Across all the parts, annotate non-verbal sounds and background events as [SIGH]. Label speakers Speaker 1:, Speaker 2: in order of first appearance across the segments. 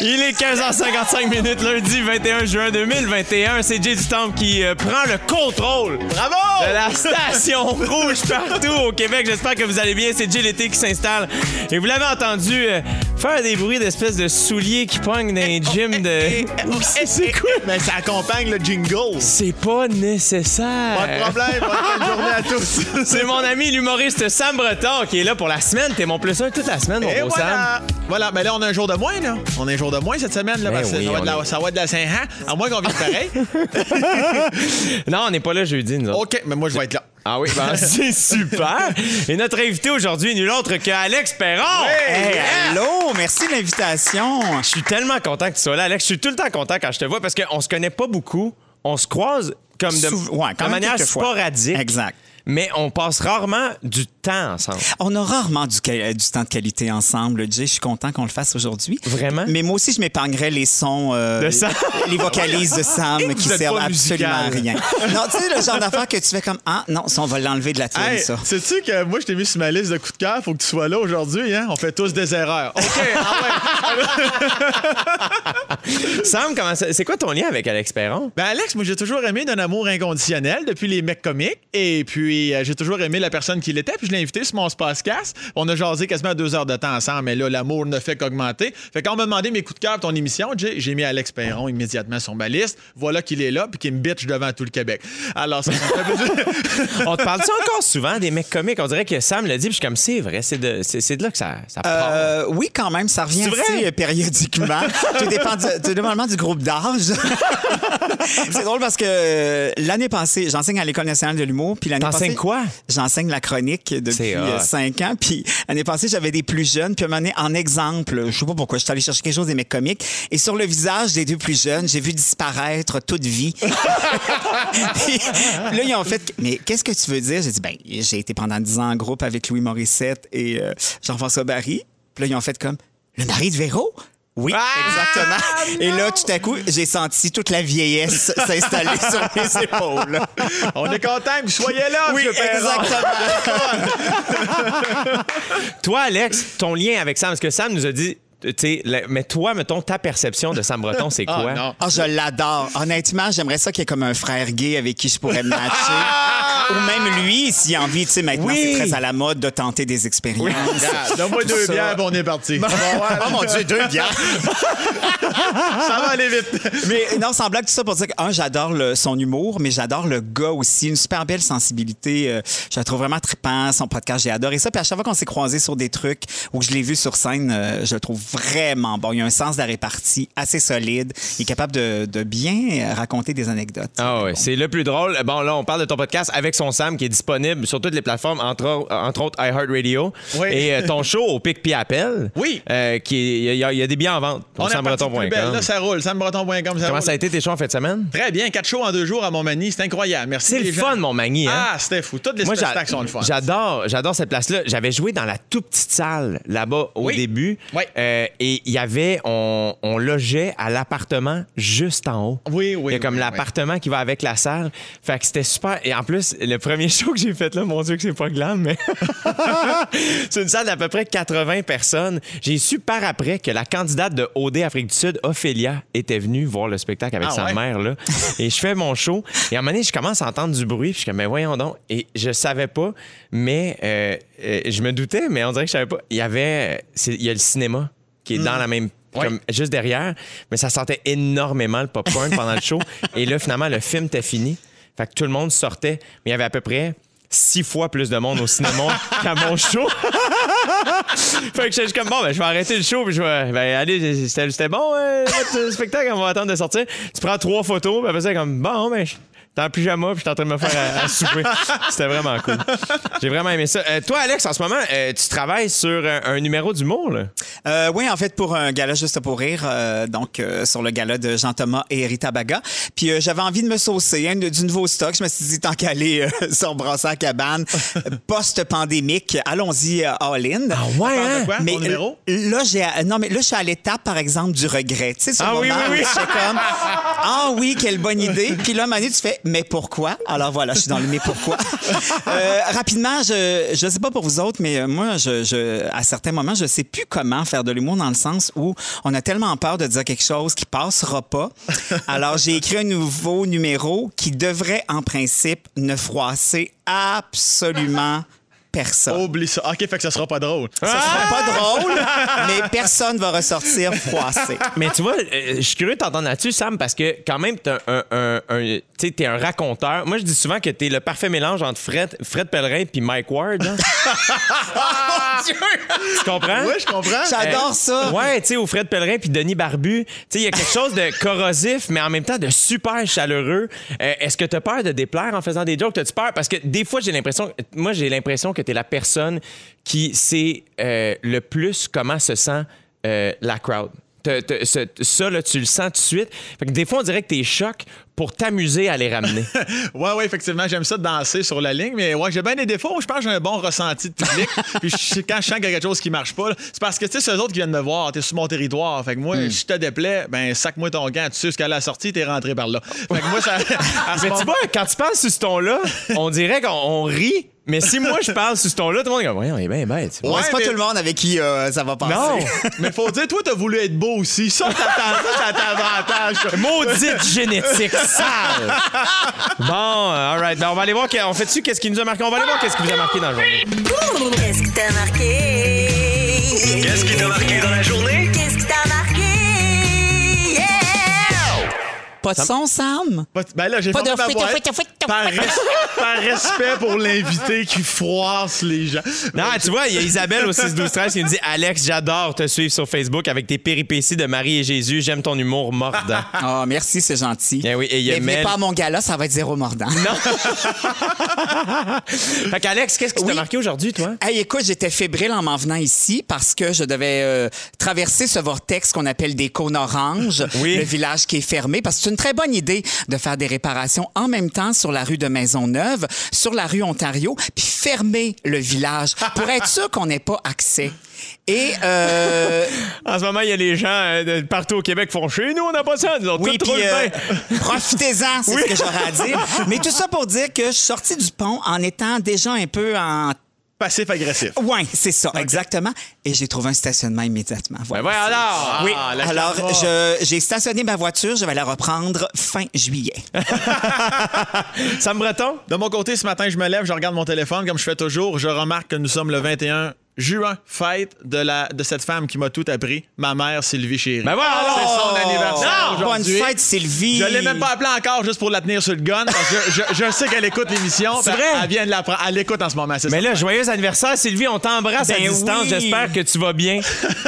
Speaker 1: Il est 15h55 minutes, lundi 21 juin 2021. C'est Jay du Temple qui euh, prend le contrôle
Speaker 2: Bravo!
Speaker 1: de la station [LAUGHS] rouge partout au Québec. J'espère que vous allez bien. C'est Jay l'été qui s'installe. Et vous l'avez entendu euh, faire des bruits d'espèces de souliers qui pognent dans les gyms
Speaker 2: [LAUGHS]
Speaker 1: de.
Speaker 2: C'est quoi? Mais Euh, ça accompagne le jingle.
Speaker 1: C'est pas
Speaker 2: Pas de
Speaker 1: nécessaire.
Speaker 2: problème, bonne fin de journée à tous.
Speaker 1: Euh. [LAUGHS] C'est mon ami l'humoriste Sam Breton qui est là pour la semaine. T'es mon plus un toute la semaine, mon
Speaker 2: Et
Speaker 1: beau Sam.
Speaker 2: voilà. Voilà, mais là, on a un jour de moins, là. On a un jour de moins cette semaine, là,
Speaker 1: Ben
Speaker 2: parce que
Speaker 1: oui,
Speaker 2: ça, va
Speaker 1: on
Speaker 2: de la,
Speaker 1: est-
Speaker 2: ça va de la Saint-Han, à moins qu'on
Speaker 1: [LAUGHS]
Speaker 2: vive pareil.
Speaker 1: Non, on n'est pas là jeudi, nous autres.
Speaker 2: OK, mais moi, je vais être là.
Speaker 1: Ah oui,
Speaker 2: [LAUGHS]
Speaker 1: ben, c'est super. Et notre invité aujourd'hui, nul autre que Alex Perron.
Speaker 3: Hey,
Speaker 1: Yeah.
Speaker 3: allô, merci de l'invitation.
Speaker 1: Je suis tellement content que tu sois là, Alex. Je suis tout le temps content quand je te vois parce qu'on se connaît pas beaucoup. On se croise comme de,
Speaker 3: Sou- ouais, quand
Speaker 1: de
Speaker 3: même
Speaker 1: manière
Speaker 3: quelques fois.
Speaker 1: sporadique.
Speaker 3: Exact.
Speaker 1: Mais on passe rarement du temps ensemble.
Speaker 3: On a rarement du, ca- du temps de qualité ensemble, Jay. Je suis content qu'on le fasse aujourd'hui.
Speaker 1: Vraiment?
Speaker 3: Mais moi aussi, je m'épargnerais les sons, euh,
Speaker 1: De Sam.
Speaker 3: les vocalises
Speaker 1: [LAUGHS]
Speaker 3: de Sam qui
Speaker 1: vous êtes
Speaker 3: servent
Speaker 1: pas
Speaker 3: absolument à rien.
Speaker 1: [LAUGHS] musical.
Speaker 3: Non, tu sais, le genre d'affaire que tu fais comme Ah, non, ça, on va l'enlever de la tune,
Speaker 2: Hey,
Speaker 3: ça.
Speaker 2: sais-tu que moi, je t'ai mis sur ma liste de coups de cœur? Faut que tu sois là aujourd'hui, hein? On fait tous des erreurs. OK,
Speaker 1: [LAUGHS]
Speaker 2: ah ouais.
Speaker 1: Sam, comment ça- c'est quoi ton lien avec Alex Perron?
Speaker 2: Ben Alex, moi j'ai toujours aimé d'un amour inconditionnel depuis les mecs comiques et puis euh, j'ai toujours aimé la personne qu'il était puis je l'ai invité sur mon podcast. On a jasé quasiment deux heures de temps ensemble mais là l'amour ne fait qu'augmenter. Fait quand on m'a demandé mes coups de cœur pour ton émission, j'ai j'ai mis Alex Perron immédiatement sur ma liste. Voilà qu'il est là puis qu'il me bitch devant tout le Québec. Alors ça me fait plaisir. [LAUGHS]
Speaker 1: On te parle ça encore souvent des mecs comiques. On dirait que Sam l'a dit, puis je suis comme c'est vrai, c'est de, c'est, c'est de là que ça, ça part.
Speaker 3: Euh, oui, quand même, ça revient
Speaker 1: C'est vrai?
Speaker 3: assez euh,
Speaker 1: [LAUGHS]
Speaker 3: périodiquement. Tout dépend du- tout dépendamment du groupe d'âge. c'est drôle parce que euh, l'année passée, j'enseigne à l'École nationale de l'humour. Puis l'année
Speaker 1: T'enseignes
Speaker 3: passée,
Speaker 1: quoi?
Speaker 3: J'enseigne la chronique
Speaker 1: C'est
Speaker 3: depuis
Speaker 1: hot.
Speaker 3: euh, cinq ans. Puis l'année passée, j'avais des plus jeunes. Puis à un moment donné, en exemple, je sais pas pourquoi, je suis allée chercher quelque chose des mecs comiques. Et sur le visage des deux plus jeunes, j'ai vu disparaître
Speaker 1: [LAUGHS]
Speaker 3: toute vie. Puis là, ils ont fait Mais qu'est-ce que tu veux dire? J'ai dit Ben, j'ai été pendant 10 ans en groupe avec Louis Morissette et euh, Jean-François Barry. Puis là, ils ont fait comme Le mari de Véro? Oui,
Speaker 1: Ah,
Speaker 3: exactement. Et là, tout à coup, j'ai senti toute la vieillesse s'installer sur mes épaules.
Speaker 2: on est content que vous soyez là.
Speaker 3: Oui,
Speaker 2: monsieur Perron.
Speaker 3: [LAUGHS] exactement.
Speaker 1: Toi, Alex, ton lien avec Sam, parce que Sam nous a dit, tu sais, la- mais toi, mettons, ta perception de Sam Breton, c'est
Speaker 2: Ah,
Speaker 1: quoi?
Speaker 2: non.
Speaker 3: Ah, je l'adore. Honnêtement, j'aimerais ça qu'il y ait comme un frère gay avec qui je pourrais me matcher. Ou même lui, s'il a envie. Tu sais, maintenant,
Speaker 1: Oui.
Speaker 3: c'est très à la mode de tenter des expériences.
Speaker 2: Ah, Regarde, Donne-moi deux
Speaker 3: ça.
Speaker 2: bières, puis on est parti.
Speaker 3: Oh mon Dieu, deux bières.
Speaker 2: [LAUGHS] Ça va aller vite.
Speaker 3: Mais non, sans blague, tout ça pour dire que, un, j'adore le- son humour, mais j'adore le gars aussi. Une super belle sensibilité. Euh, je la trouve vraiment trippant. Son podcast, j'ai adoré ça. Puis à chaque fois qu'on s'est croisés sur des trucs ou que je l'ai vu sur scène, euh, je le trouve vraiment bon. Il a un sens de la répartie assez solide. Il est capable de, de bien euh, raconter des anecdotes.
Speaker 1: Ah ouais, c'est le plus drôle. Bon, là, on parle de ton podcast avec son Sam qui est disponible sur toutes les plateformes, entre, entre autres iHeartRadio.
Speaker 2: Oui.
Speaker 1: Et euh, ton show au Pic Pi Appel.
Speaker 2: Oui.
Speaker 1: euh, qui est- Il y, a- il y a des billets en vente
Speaker 2: On
Speaker 1: pour
Speaker 2: est parti de plus belle.
Speaker 1: sambreton.com.
Speaker 2: Là, ça roule. SamBreton.com, ça
Speaker 1: Comment
Speaker 2: roule.
Speaker 1: ça a été tes shows en fin de semaine?
Speaker 2: Très bien. Quatre shows en deux jours à Montmagny. C'est incroyable. Merci.
Speaker 1: C'est le
Speaker 2: les gens.
Speaker 1: fun, mon Magny. Hein?
Speaker 2: Ah, c'était fou. Toutes les
Speaker 1: Moi, j'a-
Speaker 2: spectacles sont le fun.
Speaker 1: j'adore, j'adore cette place-là. J'avais joué dans la toute petite salle là-bas au
Speaker 2: Oui.
Speaker 1: début.
Speaker 2: Oui.
Speaker 1: Euh, et il y avait, on, on logeait à l'appartement juste en haut.
Speaker 2: Oui, oui,
Speaker 1: Il y a comme
Speaker 2: oui,
Speaker 1: l'appartement qui va avec la salle. Fait que c'était super. Et en plus, le premier [LAUGHS] show que j'ai fait là, mon Dieu, que c'est pas glam, mais. [LAUGHS] c'est une salle d'à peu près 80 personnes. J'ai su par après que la candidate de OD Afrique du Sud, Ophélia, était venue voir le spectacle avec
Speaker 2: Ah
Speaker 1: sa
Speaker 2: ouais?
Speaker 1: mère, là. et je fais mon show. Et à un moment donné, je commence à entendre du bruit. Puis je suis comme, mais voyons donc. Et je savais pas, mais euh, euh, je me doutais, mais on dirait que je savais pas. Il y avait. c'est- Il y a le cinéma qui est dans la même. comme juste derrière, mais ça sentait énormément le popcorn pendant le show. Et là, finalement, le film était fini. Fait que tout le monde sortait, mais il y avait à peu près six fois plus de monde au cinéma qu'à mon show. fait que je suis comme, bon, ben, je vais arrêter le show, puis je vais, ben, allez, c'était c'était bon, euh, votre spectacle, on va attendre de sortir. Tu prends trois photos, puis après ça, comme, bon, ben, je t'es en pyjama, puis je suis en train de me faire à, à souper. C'était vraiment cool. J'ai vraiment aimé ça. Euh, toi, Alex, en ce moment, euh, tu travailles sur un, un numéro d'humour, là.
Speaker 3: Euh, oui, en fait, pour un gala juste pour rire, euh, donc euh, sur le gala de Jean-Thomas et Rita Baga. Puis euh, j'avais envie de me saucer hein, de- du nouveau stock. Je me suis dit, tant qu'à aller euh, [LAUGHS] sur Brassard Cabane, euh, post-pandémique, allons-y euh, all-in. Ah
Speaker 1: ouais, hein?
Speaker 2: quoi,
Speaker 3: mais
Speaker 2: ton numéro?
Speaker 3: euh, Là, j'ai, euh, non, mais là, je suis à l'étape, par exemple, du regret. Tu sais, ce
Speaker 1: Ah oui,
Speaker 3: moment
Speaker 1: oui, oui.
Speaker 3: où
Speaker 1: [LAUGHS]
Speaker 3: je fais comme, ah oui, quelle bonne idée. Puis là, Manu, tu fais, mais pourquoi? Alors voilà, je suis dans le mais
Speaker 1: [LAUGHS]
Speaker 3: pourquoi. Euh, rapidement, je je sais pas pour vous autres, mais euh, moi, je, je- à certains moments, je sais plus comment faire de l'humour dans le sens où on a tellement peur de dire quelque chose qui passera pas. Alors, j'ai écrit un nouveau numéro qui devrait, en principe, ne froisser absolument personne.
Speaker 2: Oublie ça. OK, fait que ça sera pas drôle.
Speaker 1: Ah!
Speaker 3: Ça sera pas drôle, mais personne va ressortir froissé.
Speaker 1: Mais tu vois, euh, je suis curieux de t'entendre là-dessus, Sam, parce que quand même, t'es un, un, un- un- tu sais, t'es un raconteur. Moi, je dis souvent que t'es le parfait mélange entre Fred, Fred Pellerin puis Mike Ward.
Speaker 2: [LAUGHS]
Speaker 1: hein.
Speaker 2: Ah,
Speaker 1: tu comprends?
Speaker 2: Oui, je comprends.
Speaker 3: J'adore
Speaker 1: Euh,
Speaker 3: ça.
Speaker 1: Ouais, tu sais, au Fred Pellerin puis Denis Barbu, tu sais, il y a quelque chose de corrosif, mais en même temps de super chaleureux. Euh, Est-ce que t'as peur de déplaire en faisant des jokes? T'as-tu peur? Parce que des fois, j'ai l'impression, moi, j'ai l'impression que t'es la personne qui sait euh, le plus comment se sent euh, la crowd. Te- te- ce- ça, là, tu le sens tout de suite. Fait que des fois, on dirait que t'es choc pour t'amuser à les ramener.
Speaker 2: Ouais, ouais, effectivement, j'aime ça de danser sur la ligne, mais ouais, j'ai bien des défauts. Je pense que j'ai un bon ressenti de
Speaker 1: [LAUGHS]
Speaker 2: public. Puis je- quand je sens qu'il y a quelque chose qui marche pas, là, c'est parce que, tu sais, ceux autres qui viennent me voir, t'es sur mon territoire. Fait que moi,
Speaker 1: Hmm.
Speaker 2: si je te déplais, ben, sac-moi ton gant. Tu sais, ce qu'à la sortie, t'es rentré par là. Fait que
Speaker 1: [LAUGHS]
Speaker 2: moi, ça. [LAUGHS] à ce
Speaker 1: Mais tu
Speaker 2: moment-
Speaker 1: vois, quand tu parles sur ce ton-là, on dirait qu'on on rit. Mais si moi, je parle sur ce ton-là, tout le monde est comme, voyons, il est bien bête.
Speaker 3: Ouais,
Speaker 2: Ouais,
Speaker 3: c'est pas
Speaker 2: mais-
Speaker 3: tout le monde avec qui euh, ça va passer.
Speaker 1: Non!
Speaker 2: mais faut dire, toi, t'as voulu être beau aussi. Ça, t'as ça, t'as t'as avantage.
Speaker 1: [LAUGHS] Maudite génétique [LAUGHS] sale! Bon, euh, all right. Ben, on va aller voir. que- On fait-tu qu'est-ce qui nous a marqué? On va aller voir qu'est-ce qui vous a marqué dans le journée.
Speaker 4: Qu'est-ce qui t'a marqué? Qu'est-ce qui t'a marqué dans la journée? Qu'est-ce qui t'a marqué? Yeah!
Speaker 3: Pas de son, Sam?
Speaker 2: Pas- Ben là, j'ai
Speaker 3: Pas
Speaker 2: fermé
Speaker 3: de
Speaker 2: ma
Speaker 3: fouet,
Speaker 2: boîte.
Speaker 3: fouet, fouet, fouet.
Speaker 1: [LAUGHS]
Speaker 2: Par, res- par respect pour l'invité qui froisse les gens.
Speaker 1: Non, tu vois, il y a Isabelle au 6 12 13 qui nous dit Alex, j'adore te suivre sur Facebook avec tes péripéties de Marie et Jésus. J'aime ton humour [LAUGHS] mordant.
Speaker 3: Ah, merci, c'est gentil.
Speaker 1: Eh oui, et il y a
Speaker 3: mais venez
Speaker 1: Mel-
Speaker 3: pas à mon gala, ça va être zéro mordant.
Speaker 1: fait qu'Alex, qu'est-ce qui t'a
Speaker 3: Oui.
Speaker 1: marqué aujourd'hui, toi?
Speaker 3: Hey, écoute, j'étais fébrile en m'en venant ici parce que je devais euh, traverser ce vortex qu'on appelle des cônes [LAUGHS] oranges,
Speaker 1: Oui.
Speaker 3: le village qui est fermé, parce que c'est une très bonne idée de faire des réparations en même temps sur la rue de Maisonneuve, sur la rue Ontario, puis fermer le village pour être sûr qu'on n'ait pas accès. Et euh,
Speaker 1: En ce moment, il y a les gens euh, de partout au Québec qui font chez nous, on n'a pas ça. Nous autres,
Speaker 3: [LAUGHS] oui,
Speaker 1: tout
Speaker 3: puis
Speaker 1: roule
Speaker 3: euh,
Speaker 1: bien.
Speaker 3: [LAUGHS] profitez-en, c'est
Speaker 1: Oui.
Speaker 3: ce que j'aurais à dire. [LAUGHS] Mais tout ça pour dire que je suis sortie du pont en étant déjà un peu en...
Speaker 2: Passif-agressif.
Speaker 3: Ouais, c'est ça, exactement. Et j'ai trouvé un stationnement immédiatement.
Speaker 1: Ben
Speaker 3: Voilà.
Speaker 1: voyons alors!
Speaker 3: Oui,
Speaker 2: Ah, la
Speaker 3: alors
Speaker 2: chance.
Speaker 3: je- j'ai stationné ma voiture, je vais la reprendre fin juillet.
Speaker 1: Sam Breton?
Speaker 2: De mon côté, ce matin, je me lève, je regarde mon téléphone comme je fais toujours. Je remarque que nous sommes le 21 juin, fête de, la, de cette femme qui m'a tout appris, ma mère Sylvie Chérie.
Speaker 1: Ben voilà!
Speaker 2: c'est son anniversaire
Speaker 3: Non, bonne
Speaker 2: aujourd'hui.
Speaker 3: fête Sylvie.
Speaker 2: Je l'ai même pas appelée encore juste pour la tenir sur le gun. parce que je, je- je sais qu'elle écoute l'émission.
Speaker 1: C'est
Speaker 2: puis
Speaker 1: vrai?
Speaker 2: Elle vient de l'apprendre. Elle l'écoute en ce moment. c'est
Speaker 1: Mais
Speaker 2: ça.
Speaker 1: là, joyeux anniversaire, Sylvie. On t'embrasse à
Speaker 3: Ben
Speaker 1: distance.
Speaker 3: oui.
Speaker 1: J'espère que tu vas bien.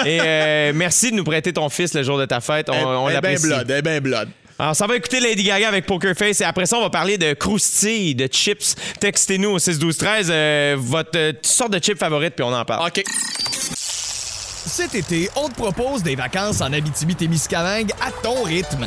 Speaker 1: Et euh, merci de nous prêter ton fils le jour de ta fête. On,
Speaker 2: Elle-
Speaker 1: on
Speaker 2: elle est bien
Speaker 1: l'apprécie.
Speaker 2: Eh, ben blood, elle est bien blood.
Speaker 1: Alors, ça va écouter Lady Gaga avec Poker Face. Et après ça, on va parler de croustilles, de chips. Textez-nous au 6-12-13 euh, votre euh, sorte de chip favorite, puis on en parle.
Speaker 2: OK.
Speaker 5: Cet été, on te propose des vacances en Abitibi-Témiscamingue à ton rythme.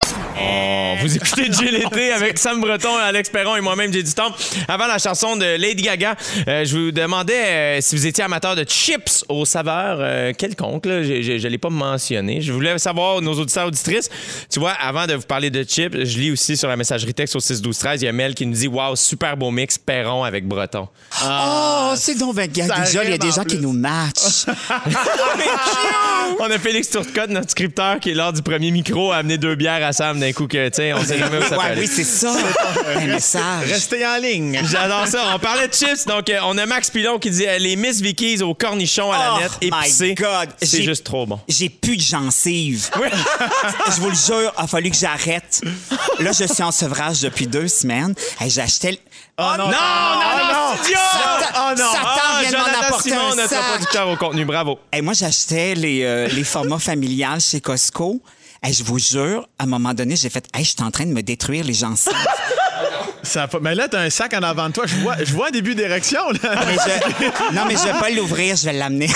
Speaker 1: Oh, vous écoutez
Speaker 3: [LAUGHS] Oh,
Speaker 1: GLT avec Sam Breton, Alex Perron et moi-même, j'ai du temps. Avant la chanson de Lady Gaga, euh, je vous demandais euh, si vous étiez amateur de chips aux saveurs euh, quelconques. là. Je- Je ne l'ai pas mentionné. Je voulais savoir, nos auditeurs auditrices, tu vois, avant de vous parler de chips, je lis aussi sur la messagerie texte au 6-12-13, il y a Mel qui nous dit « Wow, super beau mix, Perron avec
Speaker 3: [LAUGHS]
Speaker 1: Breton.
Speaker 3: oh, c'est donc ben, gars,
Speaker 2: ça
Speaker 3: déjà, il y a
Speaker 2: rime en
Speaker 3: des gens qui
Speaker 2: plus.
Speaker 3: nous matchent. » Ah,
Speaker 1: [LAUGHS] On a Félix Turcotte, notre scripteur, qui, lors du premier micro, a amené deux bières à Sam d'un coup que, tu sais, on sait jamais où ça peut
Speaker 3: ouais,
Speaker 1: aller.
Speaker 3: oui, c'est ça. Un message.
Speaker 2: Restez en ligne.
Speaker 1: J'adore ça. On parlait de chips. Donc, euh, on a Max Pilon qui dit euh, les Miss Vickies au cornichon à la
Speaker 3: Oh
Speaker 1: nette
Speaker 3: my
Speaker 1: épicé.
Speaker 3: God.
Speaker 1: C'est
Speaker 3: J'ai-
Speaker 1: juste trop bon.
Speaker 3: J'ai plus de gencives. [LAUGHS] je vous le jure, a fallu que j'arrête. Là, je suis en sevrage depuis deux semaines. Hey, J'achetais... le- Oh
Speaker 2: non.
Speaker 1: non,
Speaker 3: Satan,
Speaker 2: Oh non.
Speaker 3: Satan
Speaker 1: Ah,
Speaker 3: vient de m'en
Speaker 1: Jonathan
Speaker 3: apporter
Speaker 1: Simon,
Speaker 3: un
Speaker 1: notre
Speaker 3: sac.
Speaker 1: producteur au contenu. Bravo.
Speaker 3: Hey, moi, j'achetais
Speaker 2: [LAUGHS]
Speaker 3: les, euh, les formats familiales chez Costco. Hey, je vous jure, à un moment donné, j'ai fait Hey, je suis en train de me détruire
Speaker 2: [LAUGHS]
Speaker 3: les gencives.
Speaker 2: Ça a pas- Mais là, t'as un sac en avant de toi. Je vois, je vois un début d'érection. là.
Speaker 3: Mais je- [LAUGHS] Non, mais je vais pas l'ouvrir, je
Speaker 2: [LAUGHS]
Speaker 3: vais l'amener.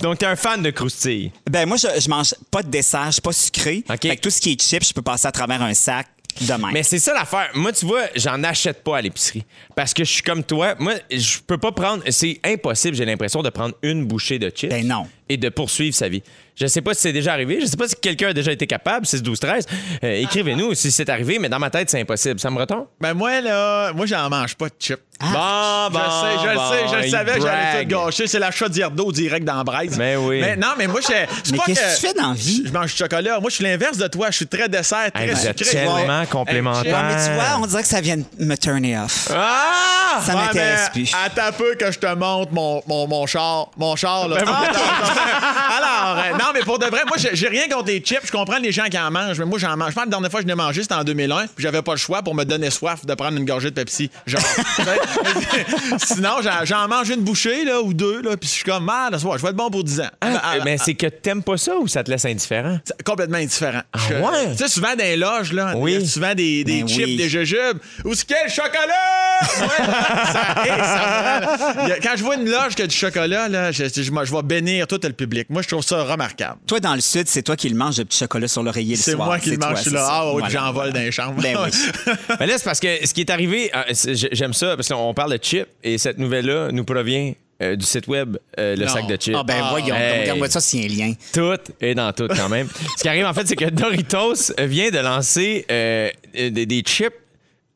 Speaker 1: Donc, t'es un fan de croustilles.
Speaker 3: ben, moi, je, je mange pas de dessert, je suis pas sucré.
Speaker 1: OK.
Speaker 3: Fait que tout ce qui est chips, je peux passer à travers un sac demain.
Speaker 1: Mais c'est ça l'affaire. Moi, tu vois, j'en achète pas à l'épicerie. Parce que je suis comme toi. Moi, je peux pas prendre. C'est impossible, j'ai l'impression, de prendre une bouchée de chips.
Speaker 3: Ben non.
Speaker 1: Et de poursuivre sa vie. Je sais pas si c'est déjà arrivé. Je sais pas si quelqu'un a déjà été capable. 6, 12, 13. Euh, Écrivez-nous si c'est arrivé, mais dans ma tête, c'est impossible. Ça me retombe?
Speaker 2: Ben moi, là, moi, j'en mange pas de chips.
Speaker 3: Ah.
Speaker 1: Bon,
Speaker 2: Je
Speaker 1: Ah bon,
Speaker 2: sais, je le
Speaker 1: bon,
Speaker 2: sais, je le
Speaker 1: il
Speaker 2: savais, que j'allais
Speaker 1: brague.
Speaker 2: tout gâcher. C'est la chaudière d'eau direct dans la braise.
Speaker 1: Mais oui.
Speaker 2: Mais non, mais moi, je. c'est
Speaker 3: Mais
Speaker 2: pas
Speaker 3: qu'est-ce que tu fais dans la vie?
Speaker 2: Je mange du chocolat. Moi, je suis l'inverse de toi. Je suis très dessert, très
Speaker 1: Hey, vous êtes
Speaker 2: sucré.
Speaker 1: tellement
Speaker 2: Ouais.
Speaker 1: complémentaires.
Speaker 2: Hey,
Speaker 3: Tu vois, on dirait que ça vient de me turner off.
Speaker 1: Ah!
Speaker 3: Ça
Speaker 2: Ouais,
Speaker 3: m'intéresse
Speaker 2: mais euh,
Speaker 3: plus.
Speaker 2: Attends un peu que je te montre mon, mon, mon char. Mon char, là.
Speaker 1: Ben,
Speaker 2: Ah, attends, attends. Alors, euh, non, mais pour de vrai, moi, j'ai- j'ai rien contre les chips. Je comprends les gens qui en mangent, mais moi, j'en mange. Je pense que la dernière fois que je l'ai mangé, c'était en 2001, puis j'avais pas le choix pour me donner soif de prendre une gorgée de Pepsi. Genre. tu sais. Sinon, j'en- j'en mange une bouchée, là, ou deux, là, puis je suis comme, ah, là, ce soir, je vais être bon pour 10 ans.
Speaker 1: Ah,
Speaker 2: Ah,
Speaker 1: mais c'est que t'aimes pas ça ou ça te laisse indifférent?
Speaker 2: c'est complètement indifférent. Je-
Speaker 1: ouais?
Speaker 2: Tu sais, souvent dans les loges, là, il
Speaker 1: Oui.
Speaker 2: y a souvent des, des
Speaker 3: Ah Ben
Speaker 2: chips,
Speaker 3: oui.
Speaker 2: des jujubes. Où est-ce qu'il y a le chocolat? [LAUGHS] Ouais, ça- hey, ça- Il y a- quand je vois une loge qui a du chocolat, là, je, je, je vais bénir tout le public. Moi, je trouve ça remarquable.
Speaker 3: Toi, dans le Sud, c'est toi qui le manges, le petit chocolat sur l'oreiller le
Speaker 2: C'est
Speaker 3: soir.
Speaker 2: moi qui le mange,
Speaker 3: toi,
Speaker 2: je suis
Speaker 3: c'est
Speaker 2: là.
Speaker 3: ça.
Speaker 2: Ah oui,
Speaker 3: Voilà.
Speaker 2: puis j'envole dans les chambres.
Speaker 3: Ben
Speaker 2: [LAUGHS]
Speaker 3: oui.
Speaker 1: mais là, c'est parce que ce qui est arrivé, euh, c'est- j'ai- j'aime ça parce qu'on parle de chips et cette nouvelle-là nous provient euh, du site web euh, Le
Speaker 2: Non.
Speaker 1: Sac de Chips.
Speaker 3: Ah ben voyons,
Speaker 1: Hey.
Speaker 3: donc regarde-moi ça, c'est un lien.
Speaker 1: Tout est dans tout quand même. ce qui arrive en fait, c'est que Doritos vient de lancer euh, des, des chips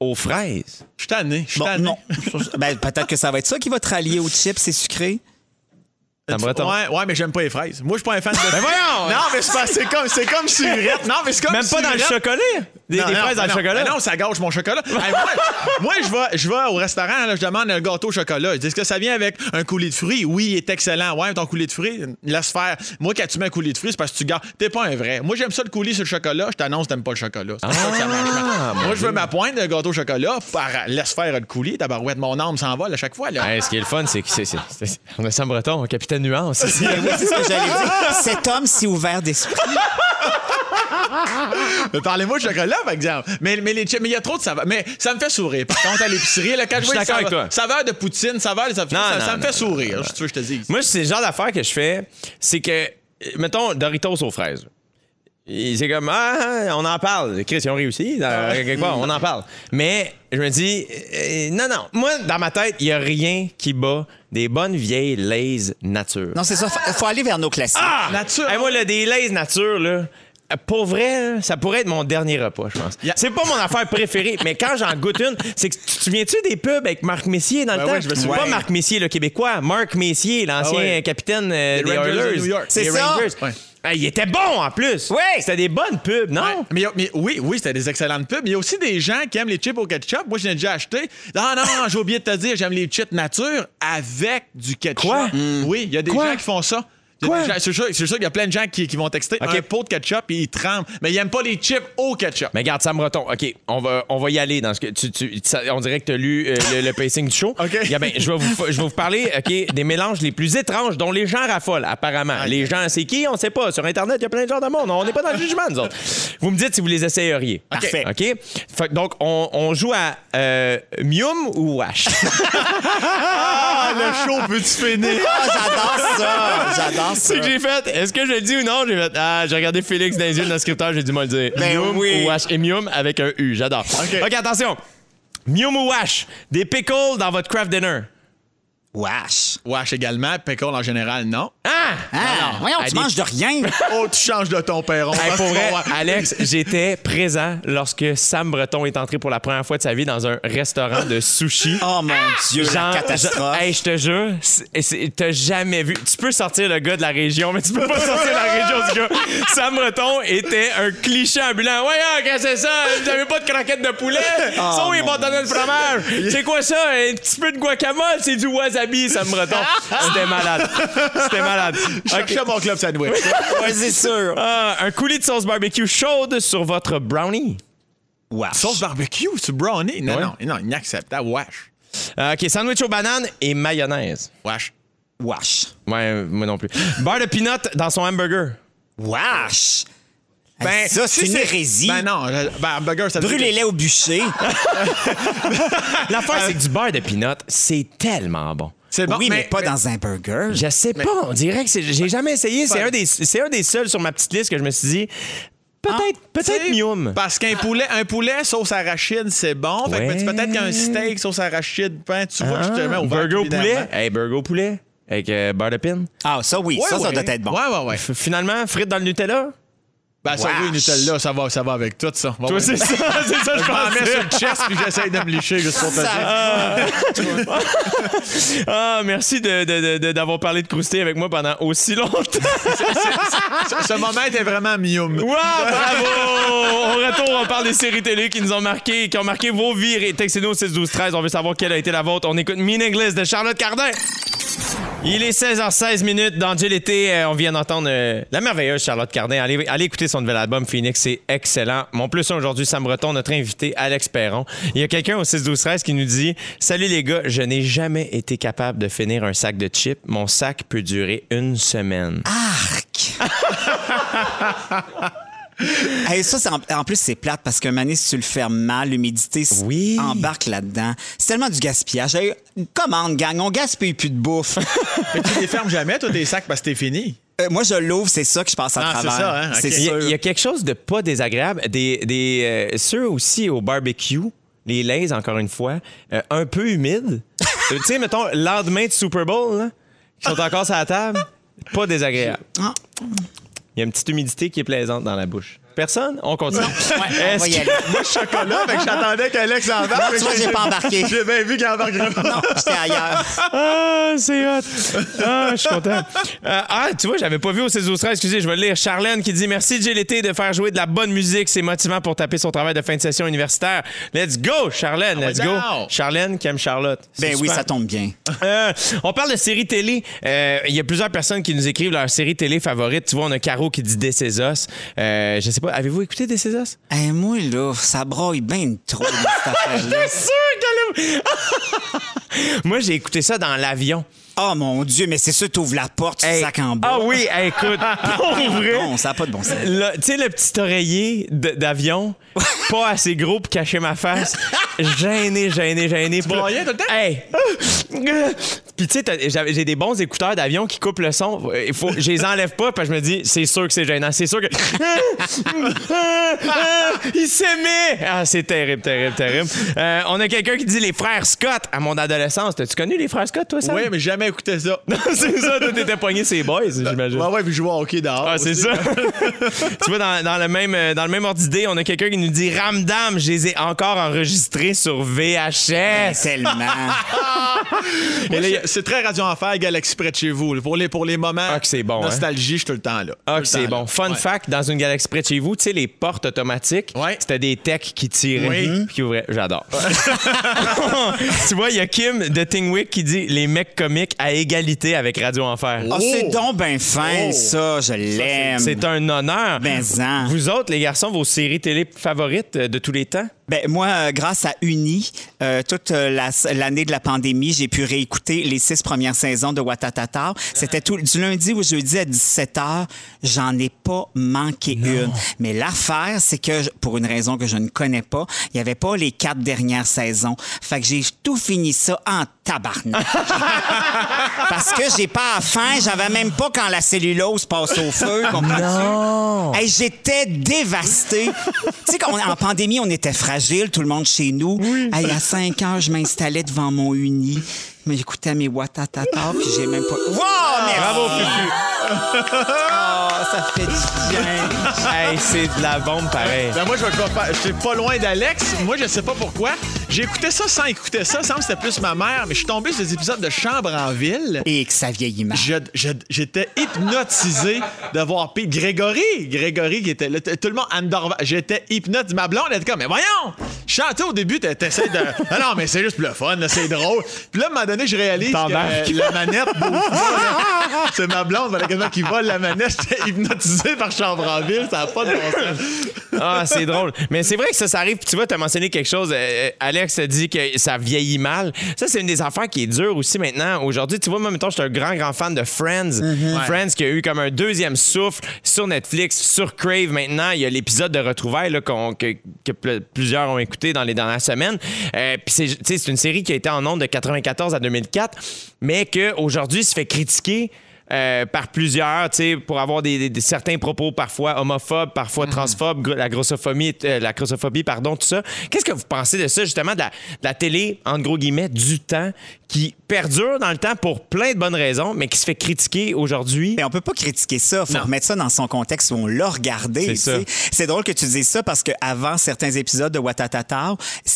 Speaker 1: aux fraises.
Speaker 2: Je suis tanné. Je suis
Speaker 3: Bon,
Speaker 2: tanné.
Speaker 3: non. [LAUGHS] ben, peut-être que ça va être ça qui va te rallier aux chips, c'est sucré.
Speaker 1: Ça me retombe.
Speaker 2: Ouais, ouais, mais j'aime pas les fraises. Moi, je suis pas un fan de.
Speaker 1: Ben voyons!
Speaker 2: Non, mais c'est pas- c'est comme, c'est comme surette. Non, mais c'est comme
Speaker 1: Même pas dans le
Speaker 2: surette.
Speaker 1: chocolat! Des,
Speaker 2: Non,
Speaker 1: des
Speaker 2: non,
Speaker 1: fraises dans
Speaker 2: non,
Speaker 1: le chocolat?
Speaker 2: Non, ça gâche
Speaker 1: [LAUGHS]
Speaker 2: mon chocolat. Hey, moi, moi, je vais, je vais au restaurant, là, je demande un gâteau au chocolat. Je dis, est-ce que ça vient avec un coulis de fruits? Oui, il est excellent. Ouais, ton coulis de fruits, laisse faire. Moi, quand tu mets un coulis de fruits, c'est parce que tu gardes. T'es pas un vrai. Moi, j'aime ça le coulis sur le chocolat. Je t'annonce, t'aimes pas le chocolat. C'est pour ça que ça marche
Speaker 1: Ah,
Speaker 2: pas. Moi, je veux ma pointe de gâteau au chocolat. Par... Laisse faire le coulis. Tabarouette, mon âme s'envole à chaque fois. Là.
Speaker 1: Hey, ce qui est le fun, c'est que c'est, c'est- c'est- on a Sam Breton, capitaine nuance. ici.
Speaker 3: Ben oui, c'est ce que j'allais dire. [LAUGHS] Cet homme si ouvert d'esprit.
Speaker 2: Mais Parlez-moi de chocolat, par exemple. Mais, mais les chips- mais il y a trop de saveurs. Mais ça me fait sourire. Par contre, à l'épicerie, là, quand je
Speaker 1: suis
Speaker 2: vois
Speaker 1: d'accord avec
Speaker 2: saveur,
Speaker 1: toi.
Speaker 2: saveur de poutine, saveur, ça,
Speaker 1: Non,
Speaker 2: ça,
Speaker 1: non,
Speaker 2: ça me
Speaker 1: non,
Speaker 2: fait
Speaker 1: non,
Speaker 2: sourire. Si tu veux, je te dis.
Speaker 1: Moi, c'est le genre d'affaire que je fais, c'est que, euh, mettons, Doritos aux fraises. Et C'est comme, ah, on en parle. Chris, ils ont réussi. dans- quelque part, on en parle. Mais je me dis, euh, non, non. Moi, dans ma tête, il n'y a rien qui bat des bonnes vieilles Lays nature.
Speaker 3: Non, c'est ça. Faut, faut aller vers nos classiques.
Speaker 1: Ah!
Speaker 2: Nature.
Speaker 1: Hey, moi, là, des Lays nature, là. euh, Pour vrai, là, ça pourrait être mon dernier repas, je pense.
Speaker 2: Yeah.
Speaker 1: C'est pas mon affaire préférée, mais quand j'en goûte une, c'est que tu te souviens-tu des pubs avec Marc Messier dans le
Speaker 2: Ben
Speaker 1: temps?
Speaker 2: ouais, je me souviens.
Speaker 1: Pas
Speaker 2: Ouais.
Speaker 1: Marc Messier, le Québécois. Marc Messier, l'ancien
Speaker 2: Ah ouais.
Speaker 1: capitaine euh,
Speaker 2: Des
Speaker 1: des
Speaker 2: Rangers de
Speaker 1: Oilers.
Speaker 2: New York.
Speaker 1: Des
Speaker 3: C'est ça.
Speaker 1: Rangers.
Speaker 2: Ouais.
Speaker 1: Ah, il était bon en plus.
Speaker 3: Oui.
Speaker 1: C'était des bonnes pubs, non?
Speaker 2: Ouais, Mais, y a- mais oui, oui, c'était des excellentes pubs. Il y a aussi des gens qui aiment les chips au ketchup. Moi, je l'ai déjà acheté. Ah non, j'ai oublié de te dire, j'aime les chips nature avec du ketchup. Mm.
Speaker 1: Quoi?
Speaker 2: Oui, il y a des
Speaker 1: Quoi?
Speaker 2: gens qui font ça. Il y a des gens- C'est sûr, c'est sûr qu'il y a plein de gens qui, qui vont texter
Speaker 1: Ok.
Speaker 2: un pot de ketchup et ils trempent. Mais ils n'aiment pas les chips au ketchup.
Speaker 1: Mais regarde, Sam Breton, OK, on va, on va y aller dans ce que tu, tu- ça- on dirait que tu as lu euh, le, le pacing du show.
Speaker 2: OK.
Speaker 1: Yeah, ben, je, vais vous, fa- je vais vous parler OK, des mélanges les plus étranges dont les gens raffolent, apparemment. Les gens, c'est qui? On sait pas. Sur Internet, il y a plein de gens de monde. On n'est pas dans le jugement, nous autres. Vous me dites si vous les essayeriez.
Speaker 3: Parfait.
Speaker 1: OK? Fait que donc, on, on joue à euh, Mium ou Wash?
Speaker 2: Ah, le show, peux-tu finir?
Speaker 3: Ah, j'adore ça! J'adore ça!
Speaker 1: C'est que j'ai fait. Est-ce que je le dis ou non? J'ai fait. Ah, j'ai regardé Félix dans les yeux de notre scripteur, j'ai dû me le dire.
Speaker 3: Ben
Speaker 1: Mium
Speaker 3: oui.
Speaker 1: ou Wash. Et Mium avec un U. J'adore.
Speaker 2: OK.
Speaker 1: OK, attention. Mium ou Wash. Des pickles dans votre craft dinner.
Speaker 3: Wesh!
Speaker 2: Wesh également, pickle en général, non.
Speaker 1: Ah!
Speaker 3: Ah, voyons,
Speaker 1: à
Speaker 3: tu
Speaker 1: des-
Speaker 3: manges de rien!
Speaker 2: Oh, tu changes de ton perron.
Speaker 1: Hey, pour vrai,
Speaker 2: Ouais.
Speaker 1: Alex, j'étais présent lorsque Sam Breton est entré pour la première fois de sa vie dans un restaurant de sushi.
Speaker 3: Oh mon Dieu, la
Speaker 1: Genre,
Speaker 3: catastrophe!
Speaker 1: je- hey, je te jure, c'est- c'est- t'as jamais vu. Tu peux sortir le gars de la région, mais tu peux pas sortir la région du gars. Sam Breton était un cliché ambulant. Ouais, hein, qu'est-ce que c'est ça? Vous avez pas de croquettes de poulet? ça, oui,
Speaker 3: mon
Speaker 1: bâtonnets de fromage. C'est quoi ça? Un petit peu de guacamole? C'est du wasabi, Sam Breton. C'était malade. C'était malade.
Speaker 2: Je cherchais mon club sandwich.
Speaker 3: Ouais, c'est sûr!
Speaker 1: [LAUGHS] Ah, un coulis de sauce barbecue chaude sur votre brownie.
Speaker 3: Wesh!
Speaker 2: Sauce barbecue, tu brownie? Non,
Speaker 1: Ouais.
Speaker 2: non, non, inacceptable. Wesh.
Speaker 1: Euh, OK, sandwich aux bananes et mayonnaise.
Speaker 2: Wesh.
Speaker 3: Wesh!
Speaker 1: Ouais, moi non plus. Beurre de peanut dans son hamburger.
Speaker 3: Wesh! Hey, ça,
Speaker 2: si
Speaker 3: c'est une hérésie!
Speaker 2: Ben non, je- ben, hamburger, ça
Speaker 3: Brûlez-les au bûcher!
Speaker 1: L'affaire, c'est que du beurre de peanut, c'est tellement bon.
Speaker 2: C'est bon,
Speaker 3: oui, mais, pas dans un burger.
Speaker 1: Je sais pas, on dirait que c'est- j'ai jamais essayé. C'est un, des, c'est un des seuls sur ma petite liste que je me suis dit, peut-être peut-être
Speaker 2: T'sais,
Speaker 1: mium.
Speaker 2: Parce qu'un poulet, un poulet sauce arachide, c'est bon. Fait que
Speaker 1: Ouais.
Speaker 2: peut- peut-être qu'un steak sauce arachide, pain, tu vois,
Speaker 1: Ah,
Speaker 2: justement, au
Speaker 1: burger au poulet.
Speaker 2: évidemment.
Speaker 1: Hey, burger au poulet avec euh, beurre de pin.
Speaker 3: Ah, ça oui,
Speaker 2: Ouais,
Speaker 3: ça, ça
Speaker 2: ouais.
Speaker 3: doit être bon.
Speaker 2: Ouais, ouais, ouais.
Speaker 1: F- Finalement, frites dans le Nutella.
Speaker 2: Ben, ça, oui,
Speaker 3: Wesh.
Speaker 2: Nutella, ça va, ça va avec tout, ça. Ouais, ouais.
Speaker 1: ça, c'est ça,
Speaker 2: Je m'en mets sur le chest puis j'essaye de me licher juste pour te dire.
Speaker 3: Ça-
Speaker 1: Ah, merci de- de- de- de- d'avoir parlé de croustille avec moi pendant aussi [LAUGHS] longtemps.
Speaker 2: Ce ce moment était vraiment mium.
Speaker 1: Wow, bravo! Au retour, on parle des séries télé qui nous ont marqué, qui ont marqué vos vies. Et Textez-nous au 6 12 13 on veut savoir quelle a été la vôtre. On écoute Meaningless de Charlotte Cardin. Il est 16h16 minutes dans Jill été. Euh, on vient d'entendre euh, la merveilleuse Charlotte Cardin. Allez, allez écouter son nouvel album Phoenix, c'est excellent. Mon plus un aujourd'hui, Sam Breton, notre invité Alex Perron. Il y a quelqu'un au 6 12 13 qui nous dit "Salut les gars, je n'ai jamais été capable de finir un sac de chips. Mon sac peut durer une semaine."
Speaker 3: Arc! [LAUGHS] Hey, ça, c'est en, en plus, c'est plate parce que Mané, si tu le fermes mal, l'humidité s-
Speaker 1: Oui.
Speaker 3: embarque là-dedans. C'est tellement du gaspillage. Hey, commande, gang, on gaspille plus de bouffe. [LAUGHS]
Speaker 2: Mais tu les fermes jamais, toi, tes sacs, parce que t'es fini.
Speaker 3: Euh, moi, je l'ouvre, c'est ça que je passe à
Speaker 2: Ah, c'est
Speaker 3: travers.
Speaker 2: ça, hein, ok.
Speaker 3: C'est
Speaker 1: Il y, a-
Speaker 3: sûr.
Speaker 1: il y a quelque chose de pas désagréable. Des, des, euh, ceux aussi au barbecue, les lays, encore une fois, euh, un peu
Speaker 3: [LAUGHS]
Speaker 1: humides. tu sais, mettons, lendemain de Super Bowl, là, qui sont encore sur la table, pas désagréable.
Speaker 3: Ah.
Speaker 1: Il y a une petite humidité qui est plaisante dans la bouche. Personne? On continue.
Speaker 3: Ouais, on va
Speaker 1: Est-ce
Speaker 3: y
Speaker 1: que- [LAUGHS]
Speaker 3: aller.
Speaker 2: Moi, je suis chocolat, fait que j'attendais qu'Alex embarque.
Speaker 3: tu vois, j'ai pas embarqué.
Speaker 2: J'ai bien vu qu'il embarquerait pas.
Speaker 3: Non, j'étais ailleurs.
Speaker 1: Ah, c'est hot. Ah, je suis content. Euh, ah, tu vois, j'avais pas vu au 16 12 13, excusez, je vais le lire. Charlène qui dit Merci JLT de faire jouer de la bonne musique. C'est motivant pour taper son travail de fin de session universitaire. Let's go, Charlène, let's go.
Speaker 2: down.
Speaker 1: Charlène qui aime Charlotte. C'est
Speaker 3: Ah, Ben oui,
Speaker 1: super.
Speaker 3: ça tombe bien.
Speaker 1: Euh, on parle de séries télé. Euh, Il y a plusieurs personnes qui nous écrivent leurs séries télé favorites. Tu vois, on a Caro qui dit This Is Us. Euh, je sais pas, avez-vous écouté This Is Us?
Speaker 3: Hey, moi, là, ça braille bien trop, cette affaire-là.
Speaker 1: [LAUGHS] Moi, j'ai écouté ça dans l'avion.
Speaker 3: Oh mon Dieu, mais c'est sûr, t'ouvres la porte, tu
Speaker 1: Hey.
Speaker 3: sac en bas.
Speaker 1: Ah oui, hey, [LAUGHS] écoute, pour vrai.
Speaker 3: Non, ça n'a pas de bon sens.
Speaker 1: Le- Tu sais, le petit oreiller de-
Speaker 2: [LAUGHS]
Speaker 1: d'avion, pas assez gros pour cacher ma face. Gêné, gêné, gêné. Tu
Speaker 2: braillais tout le temps?
Speaker 1: Hey! Puis tu sais, t'as- j'avais- j'ai des bons écouteurs d'avion qui coupent le son. Il faut, je les enlève pas parce que je me dis, c'est sûr que c'est gênant. C'est sûr que... [LAUGHS] Il s'aimait! Ah, c'est terrible, terrible, terrible. Euh, on a quelqu'un qui dit les frères Scott à mon adolescence. T'as-tu connu les frères Scott, toi, ça?
Speaker 2: Oui, ben, mais j'ai jamais écouté ça.
Speaker 1: [LAUGHS] c'est ça, toi, t'étais poigné ces boys, j'imagine.
Speaker 2: Ouais, ouais, puis jouer au hockey dehors.
Speaker 1: Ah, c'est
Speaker 2: aussi.
Speaker 1: ça.
Speaker 2: [LAUGHS]
Speaker 1: tu vois, dans, dans le même, euh, dans le même ordre d'idée, on a quelqu'un qui nous dit Ramdam, je les ai encore enregistrés sur VHS.
Speaker 3: Tellement.
Speaker 1: Et là, il y a-
Speaker 2: c'est très Radio Enfer, Galaxy près de chez vous. là. Pour les, pour les moments
Speaker 1: Ah, que c'est bon, hein?
Speaker 2: nostalgie, je suis tout le temps là.
Speaker 1: Ah,
Speaker 2: Tout
Speaker 1: que
Speaker 2: le
Speaker 1: c'est
Speaker 2: temps
Speaker 1: bon.
Speaker 2: là.
Speaker 1: Fun
Speaker 2: Ouais.
Speaker 1: fact, dans une galaxie près de chez vous, tu sais, les portes automatiques,
Speaker 2: Ouais.
Speaker 1: c'était des techs qui tiraient Mhm.
Speaker 2: Oui.
Speaker 1: puis qui ouvraient. J'adore. [LAUGHS] tu vois, il y a Kim de Tingwick qui dit les mecs comiques à égalité avec Radio Enfer. Ah,
Speaker 3: Ah, c'est
Speaker 2: Oh!
Speaker 3: donc ben fin,
Speaker 2: Oh!
Speaker 3: ça. Je l'aime.
Speaker 1: C'est un honneur.
Speaker 3: Ben,
Speaker 2: hein.
Speaker 3: zan.
Speaker 1: Vous autres, les garçons, vos séries télé favorites euh, de tous les temps?
Speaker 3: Ben, moi, euh, grâce à Uni, euh, toute euh, la- l'année de la pandémie, j'ai pu réécouter les six premières saisons de Watatata. C'était tout du lundi au jeudi à 17h. J'en ai pas manqué une. Mais l'affaire, c'est que je- pour une raison que je ne connais pas, il y avait pas les quatre dernières saisons. Fait que j'ai tout fini ça en tabarnak. Parce que j'ai pas à faim, j'avais même pas quand la cellulose passe au feu. comprends-tu? Hey, j'étais dévastée. tu sais, qu'on- en pandémie, on était fragile, tout le monde chez nous. Hey, à 5 heures, je m'installais devant mon uni. Mais j'écoutais mes watatata, puis j'ai même pas. Wow, merci!
Speaker 1: Bravo, Fufu!
Speaker 3: Ah, ça fait du bien.
Speaker 1: Hey, c'est de la bombe pareil.
Speaker 2: Ben moi, je vais pas- je suis pas loin d'Alex. Moi, je sais pas pourquoi. J'ai écouté ça sans écouter ça. Ça me semble que c'était plus ma mère, mais je suis tombé sur des épisodes de Chambre en ville.
Speaker 3: Et que ça vieillit mal.
Speaker 2: Je- je- J'étais hypnotisé de voir P. Grégory. Grégory qui était là. T- Tout le monde, Anne Dorval. J'étais hypnotisé. Ma blonde, elle était comme, mais voyons! Chanter au début, t'es- t'essaies de. Ah non, mais c'est juste pour le fun, là, c'est drôle. Puis là, à un moment donné, je réalise que
Speaker 1: T'embarques.
Speaker 2: euh, la manette. c'est ma blonde, malheureusement, qui vole la manette. J'étais hypnotisé par Chambre en ville. Ça n'a pas de bon sens.
Speaker 1: Ah, c'est drôle. Mais c'est vrai que ça, ça arrive. Puis tu vois, tu as mentionné quelque chose. euh, euh, Alex a dit que ça vieillit mal. Ça, c'est une des affaires qui est dure aussi maintenant. Aujourd'hui, tu vois, moi, mettons, je suis un grand, grand fan de Friends. Friends qui a eu comme un deuxième souffle sur Netflix, sur Crave maintenant. Il y a l'épisode de Retrouvailles là, qu'on- que, que ple- plusieurs ont écouté dans les dernières semaines. Euh, Puis c'est- tu sais, c'est une série qui a été en ondes de 94 à 2004, mais qu'aujourd'hui se fait critiquer. euh, par plusieurs, tu sais, pour avoir des, des- des- certains propos parfois homophobes, parfois transphobes, gro- la grossophobie, euh, la grossophobie, pardon, tout ça. Qu'est-ce que vous pensez de ça, justement, de la, de la télé, entre gros guillemets, du temps, qui perdure dans le temps pour plein de bonnes raisons, mais qui se fait critiquer aujourd'hui?
Speaker 3: Mais Ben, on peut pas critiquer ça. Faut remettre ça dans son contexte où on l'a regardé.
Speaker 1: C'est
Speaker 3: tu sais. C'est drôle que tu dises ça parce que avant certains épisodes de Watatata,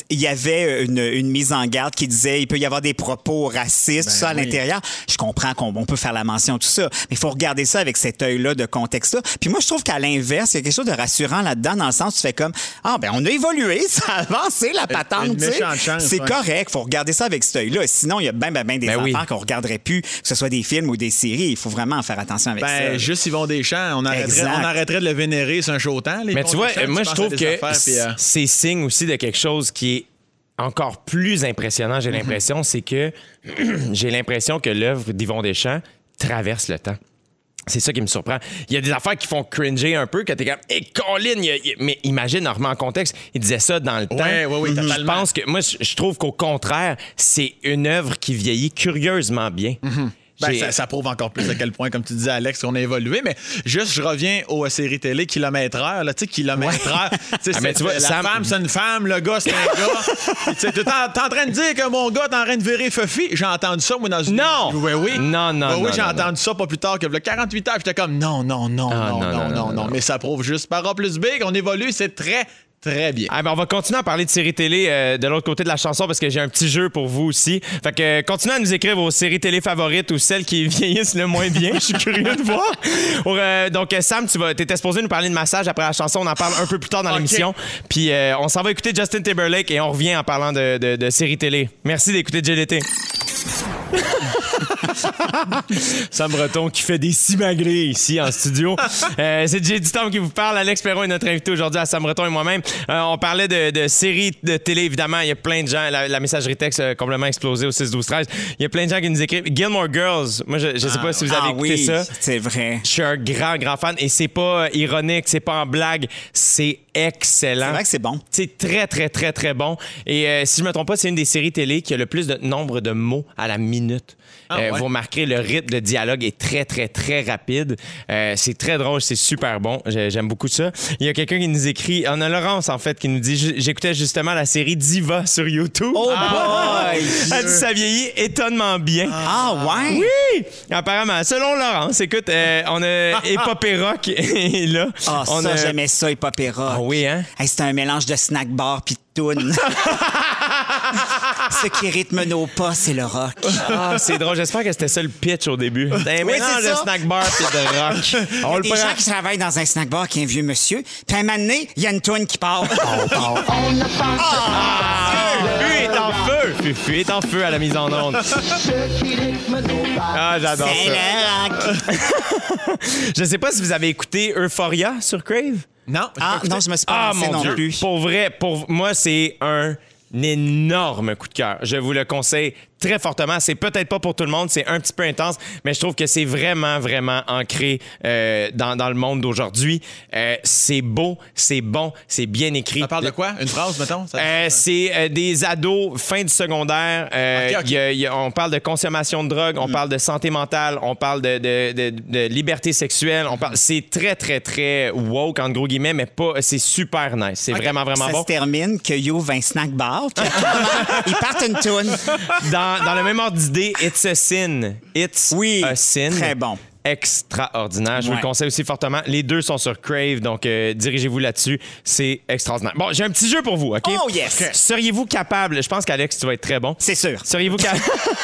Speaker 3: il y avait une, une mise en garde qui disait il peut y avoir des propos racistes,
Speaker 2: Ben
Speaker 3: tout ça à l'intérieur. Je comprends qu'on on peut faire la mention tout ça, mais il faut regarder ça avec cet œil-là de contexte-là. Puis moi, je trouve qu'à l'inverse, il y a quelque chose de rassurant là-dedans dans le sens où tu fais comme ah ben on a évolué, [LAUGHS] ça a avancé la
Speaker 2: une
Speaker 3: patente. tu sais.
Speaker 2: méchante chance,
Speaker 3: C'est
Speaker 2: ouais.
Speaker 3: correct. Faut regarder ça avec cet œil-là. Sinon, il y a ben ben ben des
Speaker 1: Ben
Speaker 3: affaires
Speaker 1: oui.
Speaker 3: qu'on regarderait plus, que ce soit des films ou des séries. Il faut vraiment faire attention avec ça.
Speaker 2: Ben, juste Yvon Deschamps, on arrêterait,
Speaker 3: Exact.
Speaker 2: on arrêterait de le vénérer, c'est un show temps.
Speaker 1: Mais tu vois, euh, moi, je trouve que
Speaker 2: euh,
Speaker 1: c- c'est signe aussi de quelque chose qui est encore plus impressionnant,
Speaker 2: Mhm.
Speaker 1: j'ai l'impression, c'est que [CLEARS THROAT] j'ai l'impression que l'œuvre d'Yvon Deschamps traverse le temps. C'est ça qui me surprend. Il y a des affaires qui font cringer un peu, que t'es comme, hé, Colin, il y a- il y a- mais imagine, on remet en contexte, il disait ça dans le temps.
Speaker 2: ouais, ouais,
Speaker 1: Je
Speaker 2: totalement.
Speaker 1: pense que, moi, je je trouve qu'au contraire, c'est une œuvre qui vieillit curieusement bien.
Speaker 2: Ben,
Speaker 1: J'ai-
Speaker 2: ça, ça prouve encore plus à quel point, comme tu disais, Alex, qu'on a évolué. Mais juste, je reviens aux séries télé kilomètre-heure. là, Tu sais, kilomètre-heure. Tu sais,
Speaker 1: Ah, mais
Speaker 2: c'est-
Speaker 1: tu vois,
Speaker 2: la
Speaker 1: Sam-
Speaker 2: femme, c'est une femme. Le gars, c'est
Speaker 1: [LAUGHS]
Speaker 2: un gars. Tu sais, t'es en, t'es en train de dire que mon gars, t'es en train de virer Fuffy. J'ai entendu ça, moi, dans une.
Speaker 1: Non!
Speaker 2: Oui, oui.
Speaker 1: Non, non,
Speaker 2: Oui, oui,
Speaker 1: non,
Speaker 2: j'ai
Speaker 1: non,
Speaker 2: entendu ça pas plus tard que le 48 heures. J'étais comme, non, non, non,
Speaker 1: Ah,
Speaker 2: non, non, non, non,
Speaker 1: non.
Speaker 2: Mais ça prouve juste par A plus B qu'on évolue. C'est très, très bien.
Speaker 1: Ah ben, on va continuer à parler de séries télé euh, de l'autre côté de la chanson parce que j'ai un petit jeu pour vous aussi. Fait que euh, continuez à nous écrire vos séries télé favorites ou celles qui [LAUGHS] vieillissent le moins bien. Je suis curieux de voir. Ou, euh, donc euh, Sam, tu vas, t'étais supposé nous parler de massage après la chanson. On en parle un peu plus tard dans l'émission. Puis euh, on s'en va écouter Justin Timberlake et on revient en parlant de, de, de séries télé. Merci d'écouter JLT. Sam Breton qui fait des simagrées ici en
Speaker 3: [LAUGHS]
Speaker 1: studio. Euh, c'est Jay Dutombe qui vous parle. Alex Perron est notre invité aujourd'hui à Sam Breton et moi-même. Euh, on parlait de, de séries de télé, évidemment. Il y a plein de gens. La, la messagerie texte a complètement explosé au 6-12-13. Il y a plein de gens qui nous écrivent. Gilmore Girls. Moi, je ne sais pas si vous avez
Speaker 3: ah
Speaker 1: écouté
Speaker 3: oui,
Speaker 1: ça.
Speaker 3: c'est vrai.
Speaker 1: Je suis un grand, grand fan. Et c'est pas euh, ironique, c'est pas en blague. C'est excellent.
Speaker 3: C'est vrai que c'est bon.
Speaker 1: C'est très, très, très, très bon. Et euh, si je me trompe pas, c'est une des séries télé qui a le plus de nombre de mots à la minute. Euh,
Speaker 3: Ah,
Speaker 2: ouais.
Speaker 1: Vous remarquerez, le rythme de dialogue est très, très, très rapide. Euh, c'est très drôle, c'est super bon. J'ai- J'aime beaucoup ça. Il y a quelqu'un qui nous écrit, on a Laurence, en fait, qui nous dit J- J'écoutais justement la série Diva sur YouTube. Ah!
Speaker 3: Oh boy!
Speaker 1: Elle dit Ça vieillit étonnement bien.
Speaker 3: Ah ouais?
Speaker 1: Oui! Apparemment, selon Laurence, écoute, euh, on
Speaker 3: [LAUGHS]
Speaker 1: a Épopée Rock est là.
Speaker 3: Ah
Speaker 1: on
Speaker 3: ça,
Speaker 1: a...
Speaker 3: j'aimais ça, Hip Hop et Rock.
Speaker 1: Ah oui, hein?
Speaker 3: Hey, C'était un mélange de snack bar puis de
Speaker 1: [LAUGHS]
Speaker 3: tune. Ce qui rythme nos pas, c'est le rock.
Speaker 1: Ah, c'est drôle. J'espère que c'était ça le pitch au début. T'as un mélange
Speaker 3: c'est
Speaker 1: de
Speaker 3: ça.
Speaker 1: snack bar puis de rock. On le
Speaker 3: [LAUGHS] Il y a des gens
Speaker 1: prend.
Speaker 3: qui travaillent dans un snack bar qui est un vieux monsieur. Puis à un moment donné, il y a une toune
Speaker 1: [LAUGHS]
Speaker 3: qui part. Ah!
Speaker 1: Fufu est en feu. Fufu est en feu à la mise en onde. Ah, j'adore
Speaker 3: c'est
Speaker 1: ça.
Speaker 3: le rock.
Speaker 1: Je sais pas si vous avez écouté Euphoria sur Crave.
Speaker 2: Non.
Speaker 3: Ah, non, je me suis pas
Speaker 1: Ah
Speaker 3: lancé
Speaker 1: mon
Speaker 3: non
Speaker 1: Dieu.
Speaker 3: plus.
Speaker 1: Pour vrai, pour moi, c'est un énorme coup de cœur. Je vous le conseille très fortement. C'est peut-être pas pour tout le monde, c'est un petit peu intense, mais je trouve que c'est vraiment, vraiment ancré euh, dans, dans le monde d'aujourd'hui. Euh, c'est beau, c'est bon, c'est bien écrit.
Speaker 2: Ça parle de quoi? Une phrase, mettons? Ça-
Speaker 1: Euh, c'est euh, des ados fin du secondaire. Euh,
Speaker 2: Ok, ok.
Speaker 1: il y a- il y a- on parle de consommation de drogue,
Speaker 3: Mm.
Speaker 1: on parle de santé mentale, on parle de, de- de- de liberté sexuelle. On
Speaker 3: Mm.
Speaker 1: parle. C'est très très très woke en gros guillemets, mais pas. C'est super nice. C'est vraiment vraiment
Speaker 3: Ça
Speaker 1: bon.
Speaker 3: se termine que Yo ouvre un snack bar. puis à un moment, Ils partent une
Speaker 2: [LAUGHS]
Speaker 3: toune.
Speaker 1: Dans, dans le même ordre d'idée, It's a Sin. It's
Speaker 3: Oui,
Speaker 1: a Sin.
Speaker 3: très bon.
Speaker 1: Extraordinaire. Je vous
Speaker 3: Ouais.
Speaker 1: le conseille aussi fortement. Les deux sont sur Crave, donc euh, dirigez-vous là-dessus. C'est extraordinaire. Bon, j'ai un petit jeu pour vous, OK?
Speaker 3: Oh, yes. Ok.
Speaker 1: Seriez-vous capable, je pense qu'Alex, tu vas être très bon.
Speaker 3: C'est sûr.
Speaker 1: Seriez-vous [LAUGHS] capable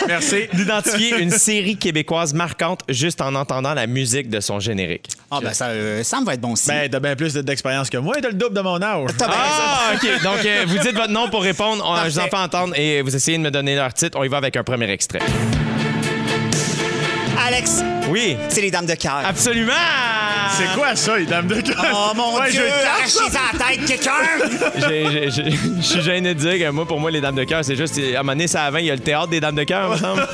Speaker 2: Merci.
Speaker 1: d'identifier une série québécoise marquante juste en entendant la musique de son générique?
Speaker 3: Ah, ben ça, euh, ça me va être bon signe.
Speaker 2: Ben, t'as bien plus de- d'expérience que moi. T'as le double de mon âge.
Speaker 3: T'as bien raison.
Speaker 1: Ah, [LAUGHS] OK. Donc, euh, vous dites votre nom pour répondre. On-
Speaker 3: Parfait.
Speaker 1: je vous en fais entendre et vous essayez de me donner leur titre. On y va avec un premier extrait.
Speaker 3: Alex,
Speaker 1: Oui,
Speaker 3: c'est les dames de
Speaker 2: Ah, [LAUGHS]
Speaker 3: cœur.
Speaker 1: absolument!
Speaker 2: C'est quoi ça, les dames de cœur?
Speaker 3: Oh mon
Speaker 2: Ouais, je
Speaker 3: Dieu,
Speaker 2: le tape, ça.
Speaker 3: arrachez à la
Speaker 2: [LAUGHS]
Speaker 3: tête, quelqu'un!
Speaker 1: J'ai- j'ai- j'ai- [LAUGHS] Je suis gêné de dire que moi, pour moi, les Dames de Cœur, c'est juste, à un moment donné, ça avant, il y a le théâtre des Dames de Cœur, me [LAUGHS] semble.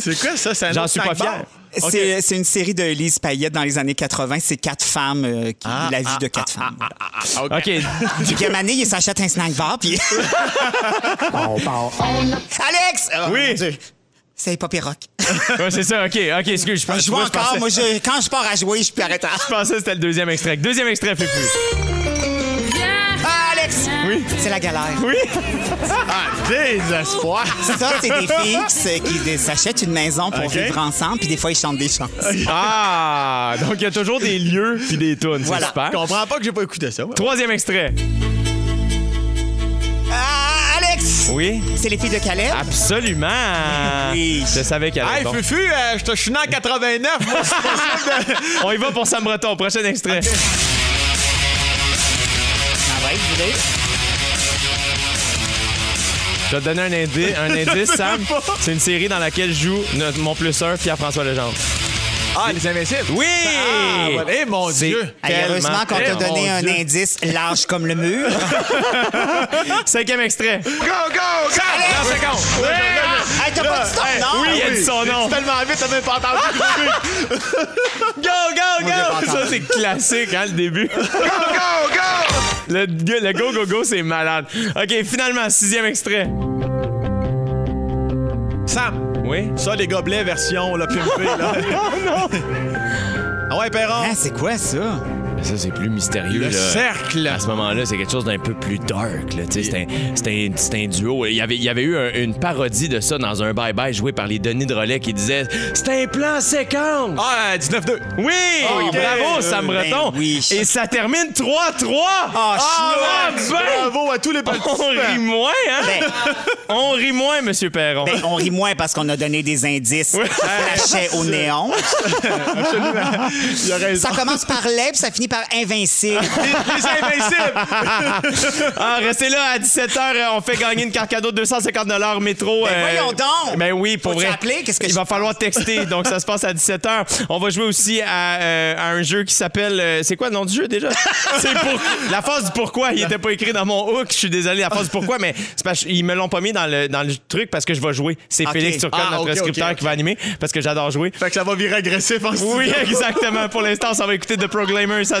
Speaker 2: C'est quoi ça? C'est un
Speaker 1: J'en
Speaker 2: autre
Speaker 1: suis pas
Speaker 2: snack bar?
Speaker 1: fier.
Speaker 2: OK.
Speaker 3: C'est c'est une série de Lise Payette dans les années 80. C'est quatre femmes, euh, qui, la vie de quatre femmes.
Speaker 2: Ah, OK.
Speaker 1: OK.
Speaker 3: Puis qu'à un moment donné, il s'achète un snack bar, puis... [LAUGHS] Alex! Oh,
Speaker 1: Oui.
Speaker 3: mon Dieu. C'est pas rock.
Speaker 1: Ouais, c'est ça, OK. OK, excuse, je
Speaker 2: Ah,
Speaker 1: pense
Speaker 3: Je vois
Speaker 1: moi, je
Speaker 3: encore,
Speaker 1: pensais-
Speaker 3: moi, je- quand je pars à jouer, je peux arrêter.
Speaker 1: Je pensais que c'était le deuxième extrait. Deuxième extrait, Fufu.
Speaker 3: Ah, Alex!
Speaker 1: Oui.
Speaker 3: C'est la galère.
Speaker 1: Oui.
Speaker 2: Ah, désespoir.
Speaker 3: Ça, c'est des filles qui se- qui dé- s'achètent une maison pour
Speaker 2: OK.
Speaker 3: vivre ensemble, puis des fois, ils chantent des chansons.
Speaker 1: Ah! Donc, il y a toujours des lieux puis des tunes. C'est
Speaker 3: Voilà.
Speaker 1: super.
Speaker 2: Je comprends pas que j'ai pas écouté ça. moi.
Speaker 1: Troisième extrait.
Speaker 3: Ah, Alex!
Speaker 1: Oui.
Speaker 3: C'est les filles de Calais.
Speaker 1: Ah, Absolument.
Speaker 3: Oui.
Speaker 1: Je savais qu'elle allait
Speaker 2: Hey,
Speaker 1: être bon.
Speaker 2: Fufu, euh, je te- je suis né en 89. Moi, c'est pour ça que-
Speaker 1: [LAUGHS] On y va pour Sam Breton. Prochain extrait.
Speaker 3: Ah ouais, vous voulez?
Speaker 1: Je vais te donner un, indi- [LAUGHS] un indice, Sam. C'est une série dans laquelle joue notre- mon plus un, Pierre-François Legendre.
Speaker 2: Ah, les Invincibles.
Speaker 1: Oui!
Speaker 2: Ah, voilà. Eh, mon
Speaker 1: C'est
Speaker 2: Dieu.
Speaker 3: Hey, heureusement qu'on t'a
Speaker 1: tellement
Speaker 3: donné
Speaker 1: bon.
Speaker 3: un
Speaker 2: Dieu.
Speaker 3: indice large comme
Speaker 1: [LAUGHS]
Speaker 3: le mur.
Speaker 1: Cinquième extrait.
Speaker 2: Go, go,
Speaker 1: Dans
Speaker 2: go!
Speaker 1: la seconde.
Speaker 3: hey, t'as pas dit ton nom?
Speaker 1: oui, il a dit son nom.
Speaker 2: tellement vite, t'as même pas entendu.
Speaker 1: [LAUGHS] Go, go,
Speaker 3: pas
Speaker 1: go!
Speaker 3: entendu.
Speaker 1: Ça, c'est classique, hein, le début. Go, go, go! Le, go- le go, go, go, c'est malade. OK, finalement, sixième extrait.
Speaker 2: Sam,
Speaker 1: Oui?
Speaker 2: ça, les gobelets version, là, pimpé, là.
Speaker 1: Oh non!
Speaker 2: Ah ouais, Perron.
Speaker 3: Hein, c'est quoi ça?
Speaker 1: Ça, c'est plus mystérieux.
Speaker 2: Le
Speaker 1: là.
Speaker 2: cercle.
Speaker 1: À ce moment-là, c'est quelque chose d'un peu plus dark. là, tu sais, C'est un, c'est un- c'est un duo. Il y avait, il y avait eu un- une parodie de ça dans un bye-bye joué par les Denis de Relais qui disait C'est un plan séquence. Ah, ben
Speaker 2: Ah, 19-2.
Speaker 1: Oui!
Speaker 2: Ok.
Speaker 1: Bravo, Sam
Speaker 3: Euh,
Speaker 1: Breton!
Speaker 3: ben oui.
Speaker 1: Et ça termine 3-3!
Speaker 3: Ah,
Speaker 1: Ah, ben!
Speaker 2: Bravo à tous les
Speaker 1: On rit
Speaker 2: participants.
Speaker 1: moins, hein?
Speaker 3: Ben,
Speaker 1: On rit moins, Monsieur Perron.
Speaker 3: ben, on rit moins parce qu'on a donné des indices flashés
Speaker 1: [LAUGHS]
Speaker 3: au néon.
Speaker 2: Il y a raison.
Speaker 3: Ça commence par lève, puis ça finit par invincible.
Speaker 2: Les, les Invincibles.
Speaker 1: [LAUGHS] Ah, restez là à 17h, euh, on fait gagner une carte cadeau de 250 métro.
Speaker 3: Ben voyons donc!
Speaker 1: Ben oui, pour
Speaker 3: Faut-tu
Speaker 1: vrai.
Speaker 3: appeler? Qu'est-ce que
Speaker 1: Il
Speaker 3: je
Speaker 1: va falloir
Speaker 3: [LAUGHS]
Speaker 1: texter, donc ça se passe à 17h. On va jouer aussi à, euh, à un jeu qui s'appelle euh, c'est quoi le nom du jeu
Speaker 3: [LAUGHS]
Speaker 1: déjà C'est pour la phase du pourquoi, il était pas écrit dans mon hook, je suis désolé la phase du pourquoi mais c'est parce qu'ils me l'ont pas mis dans le dans le truc parce que je vais jouer. C'est
Speaker 3: Ok.
Speaker 1: Félix Turcotte
Speaker 2: Ah,
Speaker 1: notre
Speaker 2: ok, ok,
Speaker 1: scripteur
Speaker 2: ok.
Speaker 1: qui va animer parce que j'adore jouer.
Speaker 2: Fait que ça va virer agressif en studio.
Speaker 1: Oui, [LAUGHS] exactement. Pour l'instant, ça va écouter The Proclaimer. Ça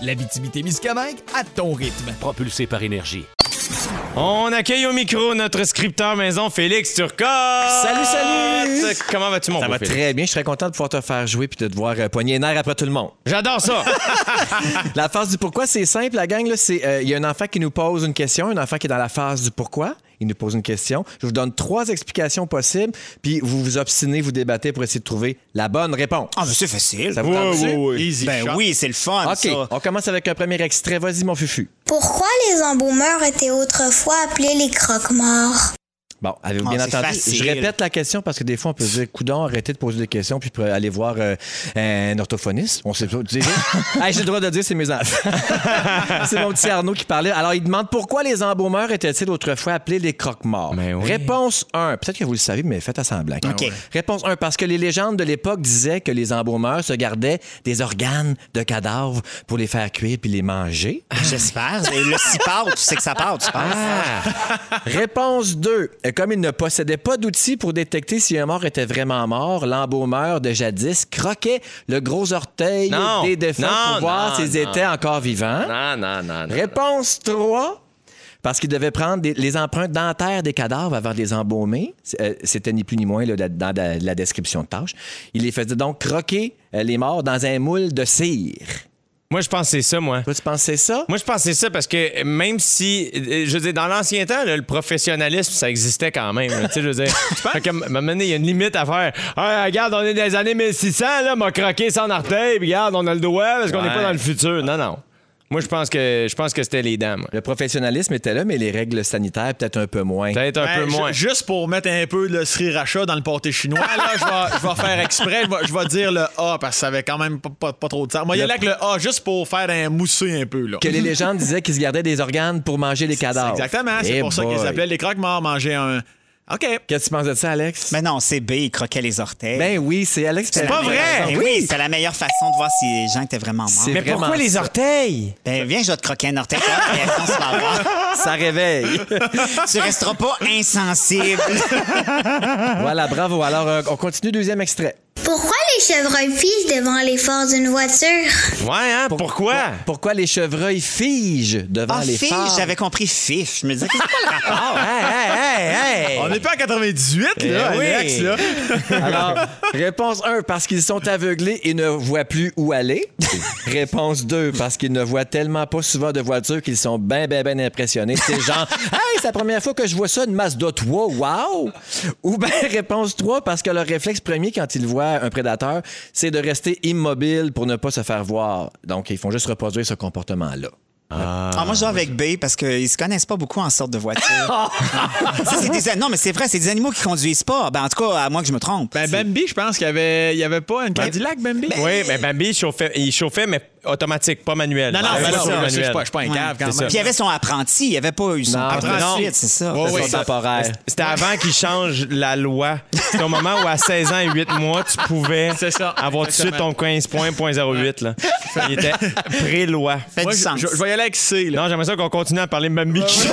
Speaker 5: L'Abitibi-Témiscamingue à ton rythme.
Speaker 6: propulsé par énergie.
Speaker 7: On accueille au micro notre scripteur maison, Félix Turcotte.
Speaker 1: Salut, salut!
Speaker 7: Comment vas-tu, mon
Speaker 1: Ça
Speaker 7: beau
Speaker 1: va
Speaker 7: Félix?
Speaker 1: très bien. Je suis très content de pouvoir te faire jouer puis de te voir euh, poigner les nerfs après tout le monde.
Speaker 7: J'adore ça!
Speaker 1: [LAUGHS] La phase du pourquoi, c'est simple, la gang. là, c'est, euh, Il y a un enfant qui nous pose une question, un enfant qui est dans la phase du pourquoi. Il nous pose une question. Je vous donne trois explications possibles, puis vous vous obstinez, vous débattez pour essayer de trouver la bonne réponse.
Speaker 3: Ah, mais c'est facile.
Speaker 1: Ça vous tente
Speaker 2: Easy
Speaker 3: Ben
Speaker 2: shot.
Speaker 3: oui, c'est le fun,
Speaker 1: [LAUGHS] OK,
Speaker 3: ça.
Speaker 1: on commence avec un premier extrait. Vas-y, mon fufu.
Speaker 8: Pourquoi les embaumeurs étaient autrefois appelés les croque-morts
Speaker 1: Bon, avez-vous
Speaker 3: Ah,
Speaker 1: bien
Speaker 3: c'est
Speaker 1: entendu?
Speaker 3: facile.
Speaker 1: Je répète la question parce que des fois, on peut se dire, coudon, arrêtez de poser des questions puis pre- aller voir euh, un orthophoniste. On sait pas. Tu sais, [LAUGHS] hey, J'ai le droit de dire, c'est mes enfants. [LAUGHS] c'est mon petit Arnaud qui parlait. Alors, il demande pourquoi les embaumeurs étaient-ils autrefois appelés les croque-morts?
Speaker 7: Ben oui.
Speaker 1: Réponse 1. Peut-être que vous le savez, mais faites à semblant.
Speaker 3: OK. ouais.
Speaker 1: Réponse 1. Parce que les légendes de l'époque disaient que les embaumeurs se gardaient des organes de cadavres pour les faire cuire puis les manger.
Speaker 3: J'espère. Le si part, tu sais que ça part, tu penses.
Speaker 1: Ah! Réponse 2. Comme il ne possédait pas d'outils pour détecter si un mort était vraiment mort, l'embaumeur de jadis croquait le gros orteil
Speaker 7: Non.
Speaker 1: des défunts
Speaker 7: Non,
Speaker 1: pour voir
Speaker 7: non,
Speaker 1: s'ils
Speaker 7: non.
Speaker 1: étaient encore vivants.
Speaker 7: Non, non, non. non.
Speaker 1: Réponse 3. Parce qu'il devait prendre des- les empreintes dentaires des cadavres avant de les embaumer. C'est- euh, C'était ni plus ni moins là, dans la, la description de tâche. Il les faisait donc croquer euh, les morts dans un moule de cire.
Speaker 7: Moi, je pense que c'est ça, moi.
Speaker 1: Toi, tu penses que c'est ça?
Speaker 7: Moi, je pense que c'est ça parce que même si, euh, je veux dire, dans l'ancien temps, là, le professionnalisme, ça existait quand même. là, Tu sais, je
Speaker 1: [LAUGHS]
Speaker 7: veux dire, Fait que, à un moment donné, il y a une limite à faire. Hey, regarde, on est dans les années 1600, là, m'a croqué sans orteil, puis regarde, on a le doigt parce qu'on n'est
Speaker 1: Ouais.
Speaker 7: pas dans le futur. Non, non. Moi, je pense que je pense que c'était les dames.
Speaker 1: Le professionnalisme était là, mais les règles sanitaires, peut-être un peu moins.
Speaker 7: Peut-être un
Speaker 2: Ben,
Speaker 7: peu
Speaker 2: ju-
Speaker 7: moins.
Speaker 2: Juste pour mettre un peu de sriracha dans le pâté chinois, là, je vais, je vais faire exprès. Je vais, je vais dire le A parce que ça avait quand même pas, pas- pas trop de temps. Moi, il y a là que le A juste pour faire un moussé un peu. Là.
Speaker 1: que les légendes disaient qu'ils se gardaient des organes pour manger les cadavres.
Speaker 2: Exactement.
Speaker 7: Ah,
Speaker 2: C'est
Speaker 1: Eh
Speaker 2: pour ça qu'ils
Speaker 1: boy.
Speaker 2: appelaient les croque-morts manger un. OK. Ben,
Speaker 1: Qu'est-ce que tu penses de ça, Alex?
Speaker 3: Mais non, c'est B, il croquait les orteils.
Speaker 1: Ben oui, c'est Alex. qui
Speaker 3: C'est
Speaker 1: a
Speaker 3: la
Speaker 1: la
Speaker 3: meilleure
Speaker 1: meilleure
Speaker 3: raison.
Speaker 1: raison.
Speaker 3: Oui, c'est la meilleure façon de voir si les gens étaient vraiment morts.
Speaker 1: C'est vraiment ça.
Speaker 7: orteils?
Speaker 3: Ben viens, je vais te croquer un orteil. t'as la réaction, c'est pas grave.
Speaker 1: [LAUGHS] Ça réveille.
Speaker 3: tu resteras pas insensible.
Speaker 1: voilà, bravo. Alors, euh, on continue, deuxième extrait.
Speaker 8: Pourquoi les chevreuils figent devant l'effort d'une voiture
Speaker 7: Ouais, hein? Pourquoi?
Speaker 1: Pourquoi les chevreuils figent devant
Speaker 3: Ah,
Speaker 1: les
Speaker 3: fiche,
Speaker 1: phares?
Speaker 3: j'avais compris fiche. Je me disais, qu'est-ce que c'est pas le rapport?
Speaker 1: Oh, hey, hey, hey, hey.
Speaker 2: On n'est pas en 98, là,
Speaker 1: Eh oui.
Speaker 2: Alex, là.
Speaker 1: [LAUGHS] Alors, réponse 1, parce qu'ils sont aveuglés et ne voient plus où aller. réponse 2, parce qu'ils ne voient tellement pas souvent de voitures qu'ils sont ben, ben, ben impressionnés. C'est genre, hey, c'est la première fois que je vois ça, une masse d'autres. Wow, wow! Ou bien, [LAUGHS] réponse 3, parce que leur réflexe premier quand ils voient un prédateur, c'est de rester immobile pour ne pas se faire voir. Donc, ils font juste reproduire ce comportement-là.
Speaker 3: Ah, moi, je vais avec B parce qu'ils se connaissent pas beaucoup en sorte de voiture. ça, c'est des... Non, mais c'est vrai, c'est des animaux qui conduisent pas. Ben, en tout cas, à moins que je me trompe.
Speaker 2: Ben, Bambi, je pense qu'il y avait, il y avait pas
Speaker 7: Ben,
Speaker 2: une Cadillac, Bambi.
Speaker 1: Ben
Speaker 7: Oui, mais Bambi, il chauffait, il chauffait, mais automatique, pas manuel.
Speaker 2: Non, non,
Speaker 7: Ouais,
Speaker 2: ben
Speaker 7: pas
Speaker 2: non,
Speaker 7: manuel.
Speaker 2: je suis pas, je suis pas un
Speaker 3: Ouais.
Speaker 2: cave ben, quand
Speaker 7: C'est
Speaker 2: même.
Speaker 3: Puis il y avait son apprenti, il n'y avait pas eu son
Speaker 1: Non,
Speaker 3: apprenti
Speaker 1: Ah, non.
Speaker 3: ensuite, c'est ça.
Speaker 2: Ouais,
Speaker 1: Ils
Speaker 2: oui,
Speaker 1: sont
Speaker 2: ça-
Speaker 1: temporaires.
Speaker 7: C'était avant qu'ils changent la loi. C'est au moment où, à 16 ans et 8 mois, tu pouvais
Speaker 2: C'est ça,
Speaker 7: avoir tout de suite
Speaker 2: exactement.
Speaker 7: ton 15 points, point 08. Là. Il était pré-loi.
Speaker 3: Fait
Speaker 2: Moi,
Speaker 3: du
Speaker 2: je,
Speaker 3: sens.
Speaker 2: je- je vais y aller avec C, là.
Speaker 7: Non, j'aimerais ça qu'on continue à parler de Bambi.
Speaker 1: [LAUGHS]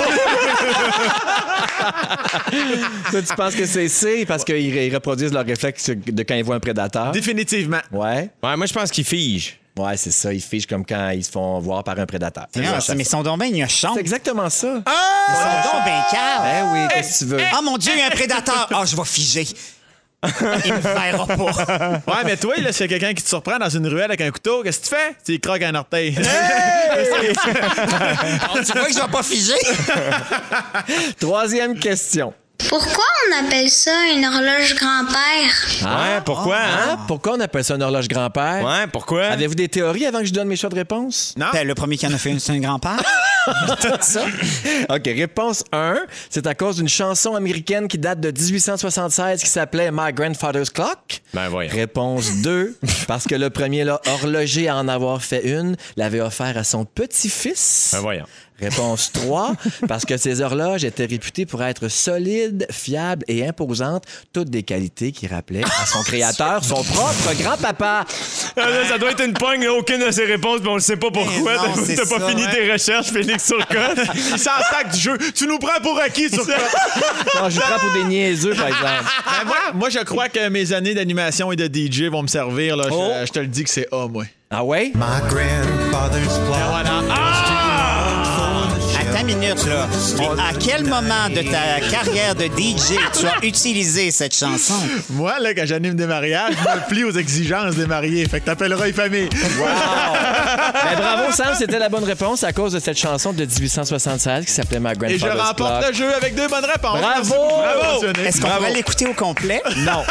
Speaker 1: Toi, tu penses que c'est C, parce qu'ils ils reproduisent leur réflexe de quand ils voient un prédateur?
Speaker 2: Définitivement.
Speaker 1: Ouais.
Speaker 7: Ouais, moi, je pense qu'il fige.
Speaker 1: Ouais, c'est ça. Ils fichent comme quand ils se font voir par un prédateur.
Speaker 3: Ah,
Speaker 1: Ouais,
Speaker 3: mais ils sont donc bien ignochants.
Speaker 1: C'est
Speaker 3: Ils
Speaker 1: exactement ça.
Speaker 3: sont donc bien calmes.
Speaker 1: Ben oui, qu'est-ce que tu veux?
Speaker 3: Ah mon Dieu, il y a un prédateur. Ah, je vais [LAUGHS] figer. Il me verra pas.
Speaker 2: Ouais, mais toi, là, s'il y a quelqu'un qui te surprend dans une ruelle avec un couteau, qu'est-ce que tu fais? Tu y croques un orteil.
Speaker 7: Eh!
Speaker 2: [LAUGHS]
Speaker 3: Ah, tu vois que je vais pas figer?
Speaker 1: Troisième question.
Speaker 8: Pourquoi on appelle ça une horloge grand-père
Speaker 7: Ouais, pourquoi, hein?
Speaker 1: Hein? Pourquoi on appelle ça une horloge grand-père?
Speaker 7: Ouais, pourquoi?
Speaker 1: Avez-vous des théories avant que je donne mes choix de réponse?
Speaker 2: Ah.
Speaker 3: Ben, le premier qui en a fait une, c'est un grand-père.
Speaker 1: OK, réponse 1. C'est à cause d'une chanson américaine qui date de 1876 qui s'appelait My Grandfather's Clock.
Speaker 7: Ben, voyons.
Speaker 1: Réponse
Speaker 7: [LAUGHS]
Speaker 1: 2. Parce que le premier là, horloger à en avoir fait une l'avait offert à son petit-fils.
Speaker 7: Ben, voyons.
Speaker 1: Réponse
Speaker 7: [LAUGHS]
Speaker 1: 3, parce que ces horloges étaient réputées pour être solides, fiables et imposantes, toutes des qualités qui rappelaient
Speaker 7: [LAUGHS]
Speaker 1: à son créateur son propre grand-papa.
Speaker 7: Ah, là, ça doit être une pogne, là, aucune de ces réponses, mais on ne sait pas pourquoi.
Speaker 3: Mais non,
Speaker 7: T'as
Speaker 3: c'est
Speaker 7: t'as pas
Speaker 3: ça,
Speaker 7: fini
Speaker 3: ouais.
Speaker 7: tes recherches, Félix Turcotte.
Speaker 3: [LAUGHS]
Speaker 2: Il s'en sac du jeu. Tu nous prends pour acquis, sur
Speaker 1: Non, je vous prends pour des niaiseux, par exemple.
Speaker 2: Ben, moi, moi, je crois que mes années d'animation et de DJ vont me servir. Là. Je-
Speaker 1: Oh.
Speaker 2: Je, te le dis que c'est A, moi.
Speaker 1: Ah ouais?
Speaker 2: Ah!
Speaker 3: Attends Attends une minute, là. À quel moment de ta carrière de DJ tu as utilisé cette chanson?
Speaker 2: Moi, là, quand j'anime des mariages, je me plie aux exigences des mariés. Fait que t'appelleras une famille.
Speaker 6: Ben, bravo, Sam, c'était la bonne réponse à cause de cette chanson de 1876 qui s'appelait Ma
Speaker 2: Et
Speaker 6: Grandfather's
Speaker 2: je remporte
Speaker 6: Clock.
Speaker 2: le jeu avec deux bonnes réponses.
Speaker 6: Bravo!
Speaker 2: Bravo!
Speaker 3: Est-ce qu'on va l'écouter au complet? [LAUGHS]
Speaker 1: Non.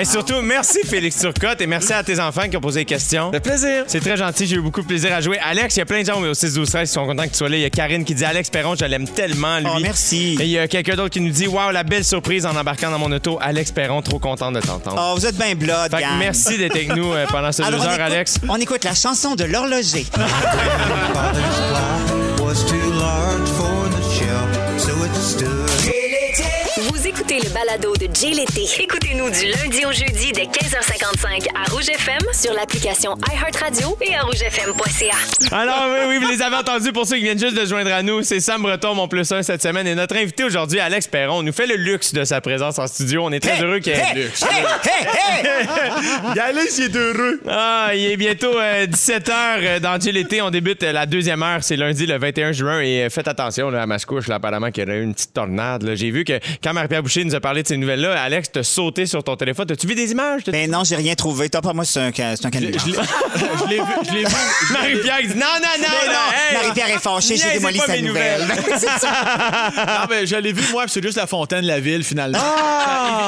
Speaker 1: et surtout, merci Félix Turcotte et merci à tes enfants qui ont posé des questions.
Speaker 6: Le plaisir.
Speaker 1: C'est très gentil, j'ai eu beaucoup de plaisir à jouer. Alex, il y a plein de gens au 6 12 13 qui sont contents que tu sois là. Il y a Karine qui dit Alex Perron, je l'aime tellement lui.
Speaker 3: Oh, merci.
Speaker 1: Et il y a quelqu'un d'autre qui nous dit Waouh, la belle surprise en embarquant dans mon auto. Alex Perron, trop content de t'entendre.
Speaker 3: Oh, vous êtes bien blood,
Speaker 1: Fait que
Speaker 3: gang.
Speaker 1: merci d'être avec nous euh, pendant ces
Speaker 3: Alors,
Speaker 1: deux
Speaker 3: on
Speaker 1: heures,
Speaker 3: écoute-
Speaker 1: Alex.
Speaker 3: On écoute la chanson de l'horloger.
Speaker 9: Vous écoutez le balado de Jay l'été. Écoutez-nous du lundi au jeudi dès 15h55 à Rouge FM sur l'application iHeartRadio et à rougefm.ca.
Speaker 1: Alors Ah oui, oui, vous les avez entendus pour ceux qui viennent juste de se joindre à nous. C'est Sam Breton, mon plus un cette semaine. Et notre invité aujourd'hui, Alex Perron, nous fait le luxe de sa présence en studio. On est très heureux qu'il y ait
Speaker 3: Hey, hey, hey, hey!
Speaker 2: Galice, il est heureux.
Speaker 1: Ah, il est bientôt 17h dans Dieu l'été. On débute euh, la deuxième heure. C'est lundi le 21 juin. Et euh, faites attention là, à Mascouche. Là, apparemment qu'il y aurait eu une petite tornade. là. J'ai vu que quand Marie-Pierre Boucher nous a parlé de ces nouvelles-là, Alex t'a sauté sur ton téléphone. T'as-tu vu des images? T'as-
Speaker 3: Ben non, j'ai rien trouvé. T'as pas moi, c'est un, ca- c'est un canular.
Speaker 2: Je l'ai vu. Je l'ai vu.
Speaker 1: [LAUGHS] Marie-Pierre qui dit non, non, non!
Speaker 3: Ben
Speaker 1: là,
Speaker 3: non,
Speaker 1: hey,
Speaker 3: Marie-Pierre est fâchée, j'ai
Speaker 1: niaisez
Speaker 3: démoli
Speaker 1: pas
Speaker 3: sa
Speaker 1: mes
Speaker 2: [LAUGHS]
Speaker 3: nouvelle. [LAUGHS]
Speaker 2: Non, mais je l'ai vu, moi, puis c'est juste la fontaine, la ville, finalement.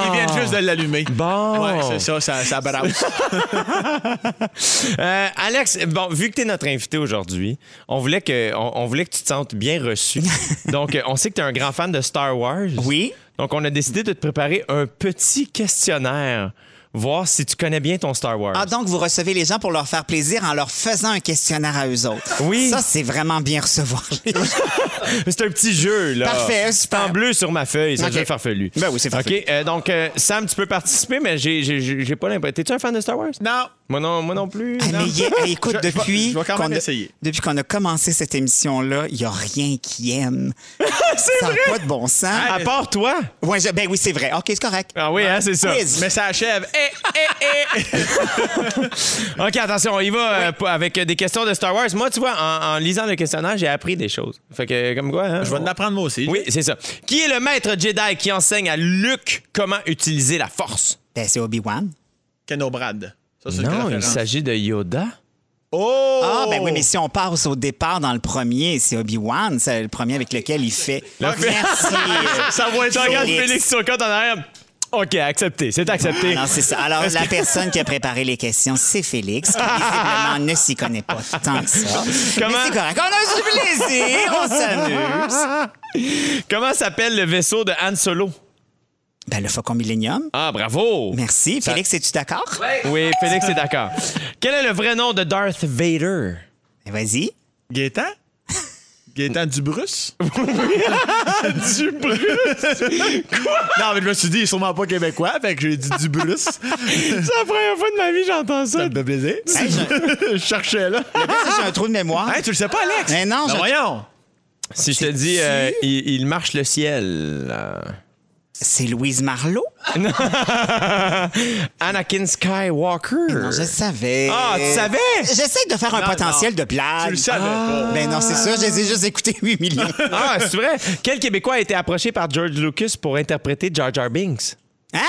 Speaker 2: Ils viennent juste de l'allumer.
Speaker 1: Ah! Bon.
Speaker 2: Ouais, c'est ça, ça, ça brasse.
Speaker 1: Euh, Alex, bon, vu que tu es notre invité aujourd'hui, on voulait que on, on voulait que tu te sentes bien
Speaker 3: [LAUGHS]
Speaker 1: reçu. Donc, euh, on sait que tu es un grand fan de Star Wars.
Speaker 3: Oui.
Speaker 1: Donc, on a décidé de te préparer un petit questionnaire, voir si tu connais bien ton Star Wars.
Speaker 3: Ah, donc vous recevez les gens pour leur faire plaisir en leur faisant un questionnaire à eux autres.
Speaker 1: Oui.
Speaker 3: Ça, c'est vraiment bien recevoir les gens.
Speaker 1: C'est un petit jeu, là.
Speaker 3: Parfait,
Speaker 1: C'est
Speaker 3: super.
Speaker 1: en bleu sur ma feuille, c'est un
Speaker 3: Ok.
Speaker 1: jeu farfelu.
Speaker 3: Ben oui, c'est farfelu.
Speaker 1: OK, euh, donc, euh, Sam, tu peux participer, mais j'ai- j'ai j'ai pas l'impression. T'es-tu un fan de Star Wars?
Speaker 2: Non.
Speaker 1: Moi non, moi non plus.
Speaker 3: Ah,
Speaker 1: non.
Speaker 3: mais il y a- hey, écoute,
Speaker 2: Je- je vais-
Speaker 3: depuis
Speaker 2: je vais quand même
Speaker 3: qu'on a-
Speaker 2: essayer.
Speaker 3: depuis qu'on a commencé cette émission-là, il n'y a rien qui aime. ça n'a pas de bon sens. Ah,
Speaker 1: À part toi?
Speaker 3: Ouais, je- ben oui, c'est vrai. OK, c'est correct.
Speaker 1: Ah oui, hein, c'est ça.
Speaker 3: Quiz.
Speaker 2: Mais ça achève. Eh, eh, eh.
Speaker 1: OK, attention, on y va euh, pour- avec euh, des questions de Star Wars. Moi, tu vois, en, en lisant le questionnaire, j'ai appris des choses. Fait que, euh, comme quoi. hein,
Speaker 2: Je vais
Speaker 1: on-
Speaker 2: en apprendre moi aussi.
Speaker 1: Oui, c'est ça. Qui est le maître Jedi qui enseigne à Luke comment utiliser la force?
Speaker 3: Ben, c'est Obi-Wan.
Speaker 2: Canobrad. Ça, c'est une référence.
Speaker 1: de Yoda.
Speaker 2: Oh!
Speaker 3: Ah, ben oui, mais si on passe au départ dans le premier, c'est Obi-Wan, c'est le premier avec lequel il fait. Merci.
Speaker 1: Ça va être regarde Félix Turcotte en arrière. OK, accepté. C'est accepté.
Speaker 3: Non, c'est ça. Alors, la personne qui a préparé les questions, c'est Félix, qui visiblement ne s'y connaît pas tant que ça.
Speaker 1: Comment-
Speaker 3: Mais c'est correct. On a du plaisir, on s'amuse.
Speaker 1: Comment s'appelle le vaisseau de Han Solo?
Speaker 3: Ben, le Faucon Millennium.
Speaker 1: Ah, bravo!
Speaker 3: Merci. Félix, es-tu d'accord?
Speaker 1: Oui, Félix est d'accord. Quel est le vrai nom de Darth Vader?
Speaker 3: Ben, Vas-y.
Speaker 2: Gaétan?
Speaker 1: [LAUGHS]
Speaker 2: Gaétan Dubrus? Dubrus? Quoi? Non, mais je me suis dit, il est sûrement pas québécois, fait que j'ai dit
Speaker 1: [LAUGHS]
Speaker 2: Dubrus.
Speaker 1: C'est la première fois de ma vie j'entends
Speaker 2: ça me fait plaisir.
Speaker 3: Hey, je-
Speaker 2: je cherchais, là.
Speaker 3: Ah, j'ai un trou de mémoire.
Speaker 2: Hein, tu le sais pas, Alex?
Speaker 3: Mais non, je-
Speaker 2: voyons.
Speaker 1: Si je te dis, euh, il, il marche le ciel. euh,
Speaker 3: C'est Louise Marlot?
Speaker 1: Anakin Skywalker.
Speaker 3: Non, je savais.
Speaker 1: Ah, tu savais?
Speaker 3: J'essaie de faire un potentiel de blague.
Speaker 2: Tu le savais pas.
Speaker 3: Ben non, c'est ça, je les ai juste écoutés
Speaker 2: [LAUGHS]
Speaker 3: 8 millions.
Speaker 1: Ah, c'est vrai. Quel Québécois a été approché par George Lucas pour interpréter Jar Jar Binks?
Speaker 3: Hein?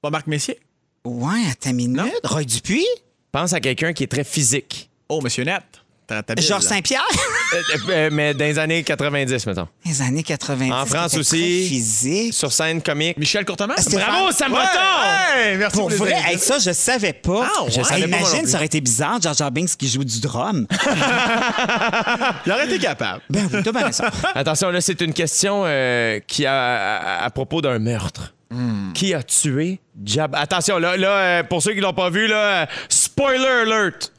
Speaker 2: Pas Marc Messier?
Speaker 3: Ouais, à ta minute. Roy Dupuis?
Speaker 1: Pense à quelqu'un qui est très physique.
Speaker 2: Oh, Monsieur Nat. T'as- t'as bien,
Speaker 3: Georges
Speaker 2: là.
Speaker 3: Saint-Pierre?
Speaker 1: Euh, euh, mais dans les années 90, mettons.
Speaker 3: Les années 90.
Speaker 1: En France
Speaker 3: c'était
Speaker 1: aussi.
Speaker 3: très Physique.
Speaker 1: Sur scène comique.
Speaker 2: Michel Courtemanche?
Speaker 3: Ah, Stéphane-
Speaker 1: Bravo, Sam Breton!
Speaker 2: Hey, merci
Speaker 3: Pour
Speaker 2: les
Speaker 3: vrai,
Speaker 2: invités.
Speaker 3: hey, ça, je savais pas.
Speaker 2: Ah, ouais. Je
Speaker 3: Hey,
Speaker 1: savais pas moi non
Speaker 3: imagine,
Speaker 1: plus.
Speaker 3: ça aurait été bizarre, George Binks qui joue du [LAUGHS] drum. Ah,
Speaker 2: Il aurait été capable.
Speaker 3: ben oui, t'as bien raison.
Speaker 2: Ah!
Speaker 1: Attention, là, c'est une question euh, qui a à, à- à propos d'un meurtre.
Speaker 2: Hmm.
Speaker 1: Qui a tué Jabba? Attention, là, là euh, pour ceux qui l'ont pas vu, là, euh, spoiler alert!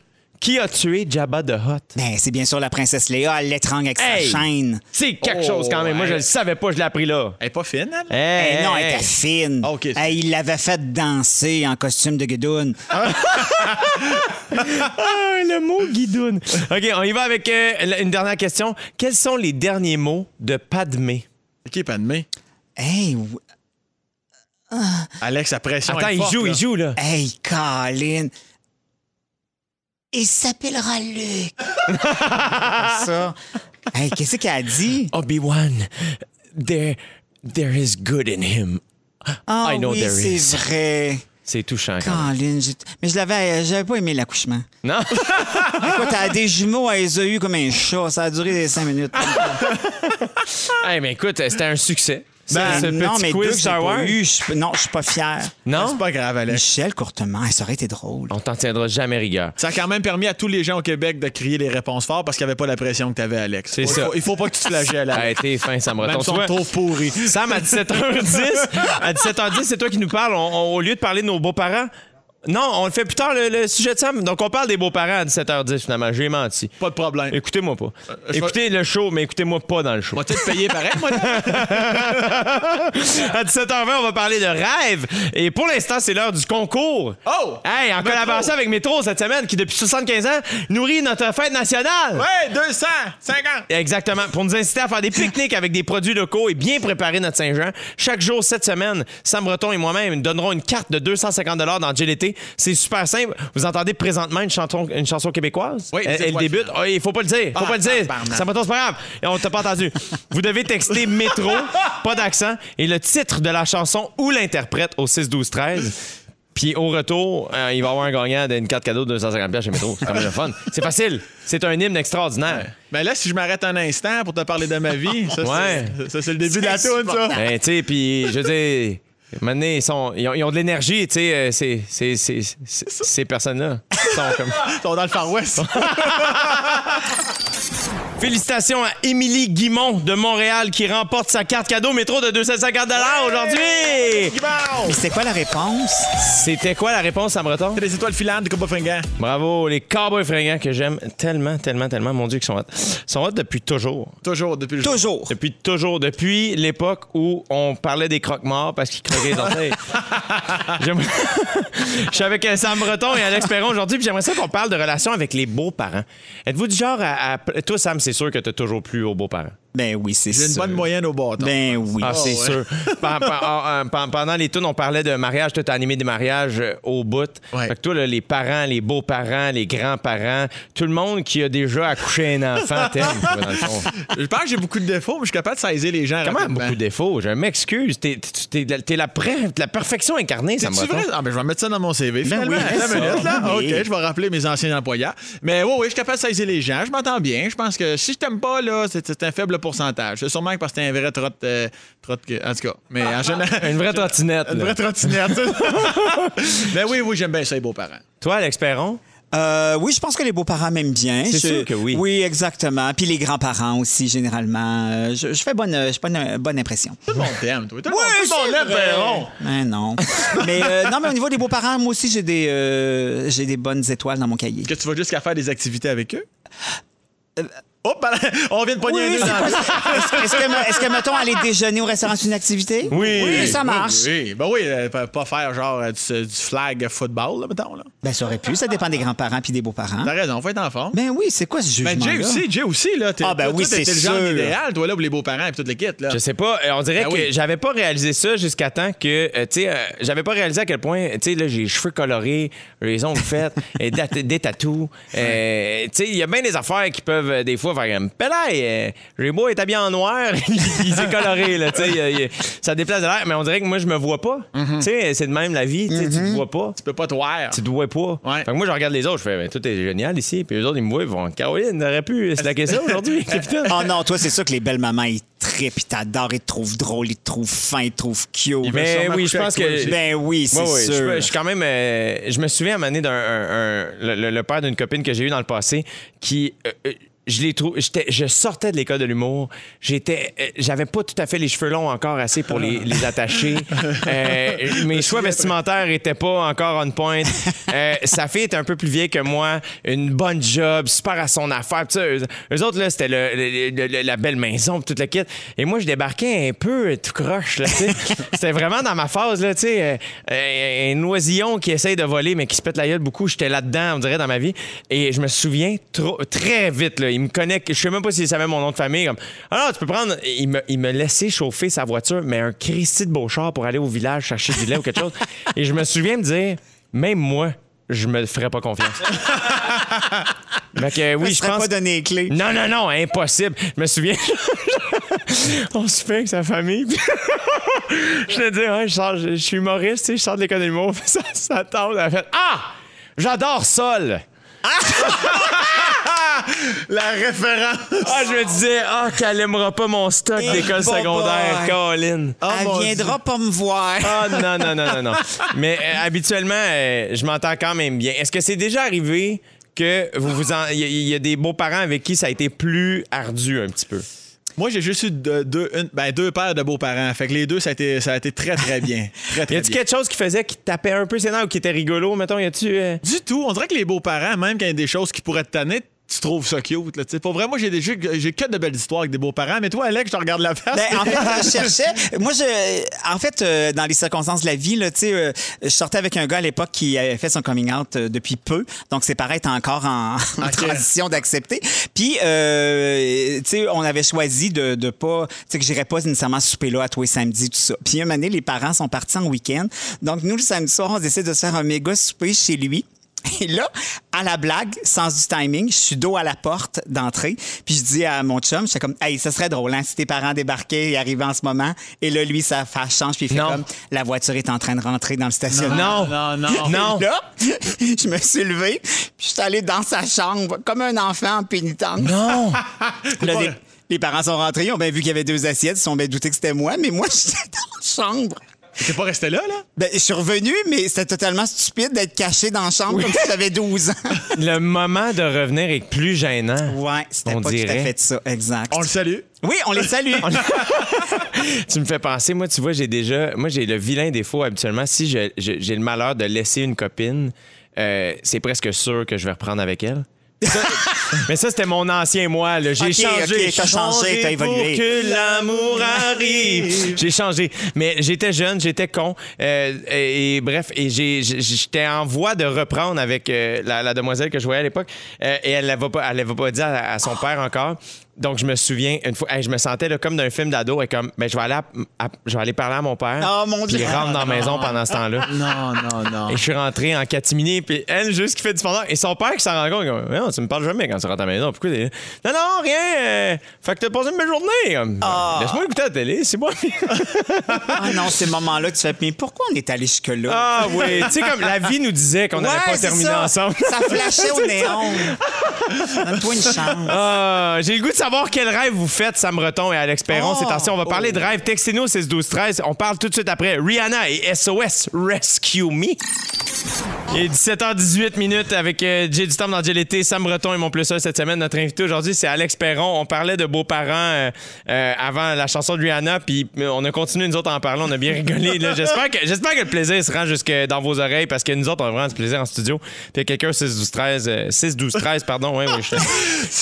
Speaker 1: Qui a tué Jabba the Hutt?
Speaker 3: Ben, c'est bien sûr la princesse Léa, elle l'étrangle avec
Speaker 1: Hey!
Speaker 3: sa chaîne.
Speaker 1: C'est quelque
Speaker 2: Oh,
Speaker 1: chose quand même. Moi, je
Speaker 2: ouais.
Speaker 1: le savais pas, je l'ai appris là.
Speaker 2: Elle est pas fine, elle?
Speaker 1: Hey,
Speaker 3: Eh non,
Speaker 1: hey,
Speaker 3: elle était
Speaker 1: hey.
Speaker 3: fine.
Speaker 2: Ah, ok.
Speaker 3: Hey, il l'avait fait danser en costume de guidoune.
Speaker 1: Ah, le mot guidoune. OK, on y va avec euh, la- une dernière question. Quels sont les derniers mots de Padmé?
Speaker 2: Qui est pas de main?
Speaker 3: Hey, w-
Speaker 2: Alex, la pression
Speaker 1: Attends,
Speaker 2: est
Speaker 1: il
Speaker 2: forte,
Speaker 1: joue,
Speaker 2: là.
Speaker 1: il joue, là.
Speaker 3: hey, Colin. Il s'appellera Luc.
Speaker 1: [LAUGHS]
Speaker 3: ça. Hey, qu'est-ce qu'elle a dit?
Speaker 1: Obi-Wan, there, there is good in him.
Speaker 3: Ah
Speaker 1: I know
Speaker 3: oui,
Speaker 1: there
Speaker 3: c'est
Speaker 1: is.
Speaker 3: vrai.
Speaker 1: C'est touchant. quand même.
Speaker 3: Caroline, j'ai- mais je l'avais, euh, j'avais pas aimé l'accouchement.
Speaker 1: Non? [LAUGHS] Ah!
Speaker 3: Écoute, elle a des jumeaux, elle les a eu comme un chat. Ça a duré cinq minutes.
Speaker 1: hey, mais écoute, c'était un succès.
Speaker 2: Ben,
Speaker 1: ce
Speaker 3: non,
Speaker 1: petit
Speaker 3: mais
Speaker 1: quiz
Speaker 3: deux que j'ai
Speaker 1: Star Wars.
Speaker 3: pas eu, je suis pas- non, je suis pas fière.
Speaker 1: Non?
Speaker 2: C'est pas grave, Alex.
Speaker 3: Michel Courtement, hey, ça aurait été drôle.
Speaker 1: On t'en tiendra jamais rigueur.
Speaker 2: Ça a quand même permis à tous les gens au Québec de crier les réponses fortes parce qu'il n'y avait pas la pression que t'avais, Alex.
Speaker 1: C'est
Speaker 2: Il faut-
Speaker 1: ça.
Speaker 2: Il faut pas que tu te flagelles,
Speaker 1: Hey,
Speaker 2: Alex.
Speaker 1: t'es fin, Sam Breton.
Speaker 2: Même si
Speaker 1: Tu
Speaker 2: on
Speaker 1: vois,
Speaker 2: te trouve pourri.
Speaker 1: Sam, à [LAUGHS] 17h10, à 17h10, c'est toi qui nous parles. On- on- au lieu de parler de nos beaux-parents, non, on le fait plus tard, le, le sujet de Sam. Donc, on parle des beaux-parents à 17h10, finalement. J'ai menti.
Speaker 2: Pas de problème.
Speaker 1: Écoutez-moi pas.
Speaker 2: Euh, je
Speaker 1: Écoutez le show, mais écoutez-moi pas dans le show.
Speaker 2: Moi, tu te payer pareil, moi. là?
Speaker 1: [LAUGHS] à 17h20, on va parler de rêve. Et pour l'instant, c'est l'heure du concours.
Speaker 2: Oh!
Speaker 1: Hey, en
Speaker 2: Métro.
Speaker 1: collaboration avec Métro cette semaine, qui depuis 75 ans nourrit notre fête nationale.
Speaker 2: [LAUGHS] Ouais, 200, 50.
Speaker 1: Exactement. Pour nous inciter à faire des pique-niques avec des produits locaux et bien préparer notre Saint-Jean, chaque jour cette semaine, Sam Breton et moi-même donnerons une carte de 250 dans JLT. C'est super simple. Vous entendez présentement une chanson, une chanson québécoise?
Speaker 2: Oui,
Speaker 1: elle,
Speaker 2: c'est
Speaker 1: elle
Speaker 2: quoi,
Speaker 1: débute.
Speaker 2: finalement?
Speaker 1: Ah, Il faut pas le dire. Faut
Speaker 2: Ah,
Speaker 1: pas le dire.
Speaker 2: tabarnak.
Speaker 1: Sam Breton, c'est pas grave. Et on t'a pas entendu. Vous devez
Speaker 2: [LAUGHS]
Speaker 1: texter métro, pas d'accent, et le titre de la chanson ou l'interprète au 6-12-13. Puis au retour, euh, il va y avoir un gagnant d'une carte cadeau de 250 pièces chez Métro. C'est quand même le fun. C'est facile. C'est un hymne extraordinaire.
Speaker 2: Mais Ben là, si je m'arrête un instant pour te parler de ma vie, ça,
Speaker 1: Ouais.
Speaker 2: c'est- ça, c'est le début
Speaker 1: [LAUGHS]
Speaker 2: de la toune, ça.
Speaker 1: Ben, tu sais, puis je veux dire, à un moment donné, ils, sont, ils, ont, ils ont de l'énergie, tu sais, euh, ces- ces- ces- ces- ces personnes-là. sont comme-
Speaker 2: Ils sont dans le Far West.
Speaker 1: [LAUGHS] Félicitations à Émilie Guimont de Montréal qui remporte sa carte cadeau métro de 250 aujourd'hui.
Speaker 3: Mais c'est quoi la réponse?
Speaker 1: C'était quoi la réponse à Breton?
Speaker 2: Les étoiles filantes du Copa Fringant.
Speaker 1: Bravo, les cowboys fringants que j'aime tellement, tellement, tellement. Mon Dieu, qu'ils sont hot. Ils sont hot depuis toujours.
Speaker 2: Toujours, depuis le jour.
Speaker 3: Toujours.
Speaker 1: Depuis toujours, depuis l'époque où on parlait des croque-morts parce qu'ils croquaient les
Speaker 2: [LAUGHS]
Speaker 1: orteils. J'aime- [LAUGHS] Je suis avec euh, Sam Breton et Alex Perron aujourd'hui, puis j'aimerais ça qu'on parle de relations avec les beaux-parents. Êtes-vous du genre à, à- Toi, Sam, c'est sûr que t'as toujours plu aux beaux-parents.
Speaker 3: Ben oui, c'est
Speaker 2: J'ai une
Speaker 3: sûr.
Speaker 2: bonne moyenne au bâton.
Speaker 3: Ben oui.
Speaker 1: Ah, c'est
Speaker 2: ouais.
Speaker 1: sûr. Pen- pen- ah, ah, pen- Pendant les tunes, on parlait de mariage. Toi, t'as animé des mariages euh, au bout.
Speaker 2: Ouais.
Speaker 1: Fait que toi, là, les parents, les beaux-parents, les grands-parents, tout le monde qui a déjà accouché un enfant t'aime, toi, dans le fond.
Speaker 2: Je pense que j'ai beaucoup de défauts, mais je suis capable de saisir les gens.
Speaker 1: Comment
Speaker 2: rapidement.
Speaker 1: beaucoup de défauts? Je m'excuse. T'es, t'es- t'es la- t'es la, pre- la perfection incarnée, ça me
Speaker 2: C'est vrai? Ah, ben, je vais mettre ça dans mon CV. Finalement,
Speaker 3: oui,
Speaker 2: Attends
Speaker 3: c'est
Speaker 2: une
Speaker 3: ça.
Speaker 2: minute, là.
Speaker 3: Ben
Speaker 2: OK,
Speaker 3: oui.
Speaker 2: je vais rappeler mes anciens employeurs. Mais oui, oui, je suis capable de saisir les gens. Je m'entends bien. Je pense que si je t'aime pas, là, c'est c'est un faible pourcentage. C'est sûrement que parce que t'es un vrai trotte. euh, trotte que- en tout cas, mais en
Speaker 3: [LAUGHS]
Speaker 2: général.
Speaker 1: Une vraie trottinette.
Speaker 2: Une
Speaker 1: là.
Speaker 2: vraie [LAUGHS] trottinette. Mais oui, oui, j'aime bien ça, les beaux-parents.
Speaker 1: Toi, Alex Perron?
Speaker 3: Euh, oui, je pense que les beaux-parents m'aiment bien.
Speaker 1: C'est
Speaker 3: Je-
Speaker 1: sûr que oui.
Speaker 3: Oui, exactement. Puis les grands-parents aussi, généralement. Euh, Je, je fais bonne, je fais bonne, bonne impression.
Speaker 2: Tout le monde t'aime, toi. Tout le
Speaker 3: Oui,
Speaker 2: monde- tout le monde
Speaker 3: c'est
Speaker 2: l'aime, ben,
Speaker 3: vrai.
Speaker 2: Perron.
Speaker 3: Mais Ben, non. mais euh, non, mais au niveau des beaux-parents, moi aussi, j'ai des, euh, j'ai des bonnes étoiles dans mon cahier.
Speaker 2: Est-ce que tu vas jusqu'à faire des activités avec eux? Hop, ben, [LAUGHS] on vient de pogner un
Speaker 3: Euh, Oui,
Speaker 2: nœud
Speaker 3: c'est
Speaker 2: dans
Speaker 3: pas-
Speaker 2: le-
Speaker 3: Est-ce est-ce que, est-ce que, mettons, aller déjeuner au restaurant, c'est une activité?
Speaker 1: Oui.
Speaker 3: ça marche.
Speaker 2: Oui, ben oui, euh, pas- pas faire genre euh, du, du flag football, là, mettons. Là.
Speaker 3: Ben, ça aurait pu. Ça dépend des grands-parents puis des beaux-parents.
Speaker 2: T'as raison, faut être enfant.
Speaker 3: Ben oui, c'est quoi ce jugement
Speaker 2: Mais Jay aussi, Jay aussi, là. t'es-
Speaker 3: Ah, ben
Speaker 2: toi,
Speaker 3: oui,
Speaker 2: toi, t'es-
Speaker 3: c'est
Speaker 2: t'es le genre
Speaker 3: sûr.
Speaker 2: idéal, toi, là, pour les beaux-parents et toute l'équipe, là.
Speaker 1: Je sais pas. Euh, On dirait
Speaker 2: Ben
Speaker 1: que
Speaker 2: oui.
Speaker 1: j'avais pas réalisé ça jusqu'à temps que, euh, tu sais, euh, j'avais pas réalisé à quel point, tu sais, là, j'ai les cheveux colorés, les ongles
Speaker 2: [LAUGHS]
Speaker 1: faits, et dat- des tatous. Euh, tu sais, il y a bien des affaires qui peuvent, euh, des fois, faire comme, pédaille, euh, j'ai beau être habillé en noir, [LAUGHS] il est coloré, là, tu sais, il- il- ça déplace de l'air, mais on dirait que moi, je me vois pas.
Speaker 2: Mm-hmm.
Speaker 1: Tu sais, c'est de même la vie, tu sais, tu te vois pas.
Speaker 2: Tu peux pas te voir.
Speaker 1: Tu te vois pas.
Speaker 2: Ouais.
Speaker 1: Fait que moi, je regarde les autres, je fais, Ben, tout est génial ici. Puis les autres, ils me voient, ils vont, Caroline, t'aurais pu se laquer ça aujourd'hui, capitaine.
Speaker 3: Oh non, toi, c'est sûr que les belles mamans, ils trippent, ils t'adorent, ils te trouvent drôle, ils te trouvent fin, ils te trouvent cute.
Speaker 2: veulent
Speaker 1: Mais
Speaker 2: sûrement
Speaker 1: oui,
Speaker 2: coucher
Speaker 1: je pense
Speaker 2: avec
Speaker 1: que.
Speaker 2: toi aussi.
Speaker 3: Ben oui, c'est
Speaker 1: Ouais, ouais,
Speaker 3: sûr.
Speaker 1: Je, je suis quand même. euh, je me souviens à un moment donné d'un un- un- le, le- le père d'une copine que j'ai eue dans le passé qui. euh, euh, je l'ai trou- j'étais- je sortais de l'école de l'humour. J'étais, euh, j'avais pas tout à fait les cheveux longs encore assez pour les, les
Speaker 3: [LAUGHS]
Speaker 1: attacher. Euh, mes choix vestimentaires étaient pas encore on point. Euh, sa fille était un peu plus vieille que moi, une bonne job, super à son affaire. Puis ça, Eux, eux autres là, c'était le- le- le- le- la belle maison, puis tout le kit. Et moi, je débarquais un peu tout croche là. tu
Speaker 3: [LAUGHS]
Speaker 1: sais. c'était vraiment dans ma phase là, tu sais, euh, euh, un oisillon qui essaye de voler mais qui se pète la gueule beaucoup. J'étais là-dedans, on dirait dans ma vie. Et je me souviens trop, très vite là, il me connecte. Je sais même pas s'il savait mon nom de famille. Comme, alors tu peux prendre. Il me, il me laissait chauffer sa voiture, mais un Christy de Beauchard pour aller au village chercher du lait ou quelque chose. Et je me souviens me dire, même moi. je me ferais pas confiance.
Speaker 3: [LAUGHS]
Speaker 1: Fait que, oui, je
Speaker 3: serait
Speaker 1: pense.
Speaker 3: pas donné les clés.
Speaker 1: Non, non, non, impossible. Je me souviens, [LAUGHS] on se fait avec sa famille. [LAUGHS] puis je te dis, ouais, je, sors- je- je suis humoriste, tu sais, je sors de l'école de l'humour. [LAUGHS] Puis Ça, ça tombe, elle fait Ah, j'adore Sol.
Speaker 2: [LAUGHS] La référence.
Speaker 1: Ah, je me disais, ah, qu'elle aimera pas mon stock
Speaker 3: Eh,
Speaker 1: d'école
Speaker 3: bon
Speaker 1: secondaire,
Speaker 3: boy.
Speaker 1: Colin.
Speaker 3: Elle
Speaker 2: Oh, mon
Speaker 3: viendra pas me voir.
Speaker 1: Ah non, non, non, non, non. Mais euh, habituellement, euh, je m'entends quand même bien. Est-ce que c'est déjà arrivé que vous vous en... il y a- il y, a des beaux-parents avec qui ça a été plus ardu un petit peu?
Speaker 2: Moi, j'ai juste eu de- deux, une- ben, deux paires de beaux-parents. Fait que les deux, ça a été, ça a été très, très
Speaker 1: [LAUGHS]
Speaker 2: bien. Très,
Speaker 1: Y
Speaker 2: très
Speaker 1: a-tu
Speaker 2: bien.
Speaker 1: quelque chose qui faisait qui tapait un peu ses nerfs ou qui était rigolo? Mettons, y a-tu. euh,
Speaker 2: Du tout. On dirait que les beaux-parents, même quand il y a des choses qui pourraient te tanner, tu trouves ça cute. Là, tu sais. Pour vrai, moi, j'ai des jeux- j'ai que de belles histoires avec des beaux-parents. Mais toi, Alex, je te regarde la face.
Speaker 3: Ben, en fait, je cherchais. Moi, je, en fait, euh, dans les circonstances de la vie, là, tu sais, euh, je sortais avec un gars à l'époque qui avait fait son coming out euh, depuis peu. Donc, c'est pareil, t'es encore en, en transition d'accepter. Puis, euh, tu sais, on avait choisi de, de pas, tu sais, que j'irais pas nécessairement souper là à tous les samedis, tout ça. Puis, une année, les parents sont partis en week-end. Donc, nous, le samedi soir, on décide de se faire un méga souper chez lui. [LAUGHS] Et là, à la blague, sens du timing, je suis dos à la porte d'entrée, puis je dis à mon chum, je fais comme, hey, ça serait drôle, hein, si tes parents débarquaient et arrivaient en ce moment. Et là, lui, sa face change, puis il fait
Speaker 1: Non.
Speaker 3: comme, la voiture est en train de rentrer dans le stationnement.
Speaker 1: Non.
Speaker 2: [LAUGHS] Non, non.
Speaker 1: Non.
Speaker 3: Et là, [LAUGHS] je me suis levé, puis je suis allé dans sa chambre, comme un enfant en pénitence. [LAUGHS]
Speaker 1: Non!
Speaker 3: Là,
Speaker 2: pas-
Speaker 3: les, les parents sont rentrés, ils ont bien vu qu'il y avait deux assiettes, ils se sont bien doutés que c'était moi, mais moi, [LAUGHS] j'étais dans la chambre.
Speaker 2: T'es pas resté là, là?
Speaker 3: Ben, je suis revenu, mais c'était totalement stupide d'être caché dans la chambre comme si j'avais 12 ans.
Speaker 1: Le moment de revenir est plus gênant.
Speaker 3: [LAUGHS] Ouais, c'était
Speaker 1: on
Speaker 3: pas tout à
Speaker 1: dirait.
Speaker 3: fait ça, exact.
Speaker 2: On le salue.
Speaker 3: Oui, [LAUGHS] on les salue.
Speaker 1: Tu me fais penser, moi, tu vois, j'ai déjà. Moi, j'ai le vilain défaut habituellement. Si je- je- j'ai le malheur de laisser une copine, euh, c'est presque sûr que je vais reprendre avec elle. [LAUGHS] Ça- mais ça, c'était mon ancien moi. là. J'ai
Speaker 3: Ok,
Speaker 1: changé.
Speaker 3: ok, t'as changé, t'as évolué.
Speaker 1: Pour que l'amour arrive. [LAUGHS] J'ai changé. Mais j'étais jeune, j'étais con. euh, et, et bref, et j'ai- j'ai- j'étais en voie de reprendre avec euh, la, la demoiselle que je voyais à l'époque. euh, et elle l'avait pas, elle l'avait pas dit à, à son père encore. Donc, je me souviens, une fois, hey, je me sentais là, comme d'un film d'ado. Et comme, ben, je vais aller, à- à- je vais aller parler à mon père.
Speaker 3: Oh, mon
Speaker 1: puis
Speaker 3: Dieu.
Speaker 1: rentre dans la maison pendant ce temps-là.
Speaker 2: Non, non, non.
Speaker 1: Et je suis rentré en catimini, puis elle, juste qui fait du pendant. Et son père qui s'en rend compte, il est comme, non, tu me parles jamais quand tu rentres à la maison. Pourquoi t'es là? Non, non, rien. euh, fait que t'as passé une belle journée. Comme, Laisse-moi écouter la télé, c'est
Speaker 3: [LAUGHS]
Speaker 1: moi.
Speaker 3: ah non, ces moments-là que tu fais, mais pourquoi on est allé jusque-là?
Speaker 1: ah
Speaker 3: [LAUGHS]
Speaker 1: oui, tu sais, comme la vie nous disait qu'on n'allait
Speaker 3: Ouais,
Speaker 1: pas
Speaker 3: c'est
Speaker 1: terminer
Speaker 3: ça.
Speaker 1: ensemble.
Speaker 3: Ça flashait [LAUGHS] au néon. Donne-toi une chance.
Speaker 1: Ah, J'ai le goût de savoir quel rêve vous faites, Sam Breton et Alex Perron.
Speaker 3: Oh.
Speaker 1: c'est attention, on va parler de rêve. Textez-nous au 6 12 13 On parle tout de suite après Rihanna et SOS Rescue Me. Il est 17h18 minutes avec euh, Jay du Temple dans Jay l'été, Sam Breton et mon plus un cette semaine. Notre invité aujourd'hui, c'est Alex Perron. On parlait de beaux-parents euh, euh, avant la chanson de Rihanna, puis euh, on a continué, nous autres, à en parler. On a bien rigolé. là. J'espère que, j'espère que le plaisir se rend jusque dans vos oreilles parce que nous autres, on a vraiment du plaisir en studio. Puis il y a quelqu'un, 6-12-13, euh, 6-12-13, pardon, ouais, oui, je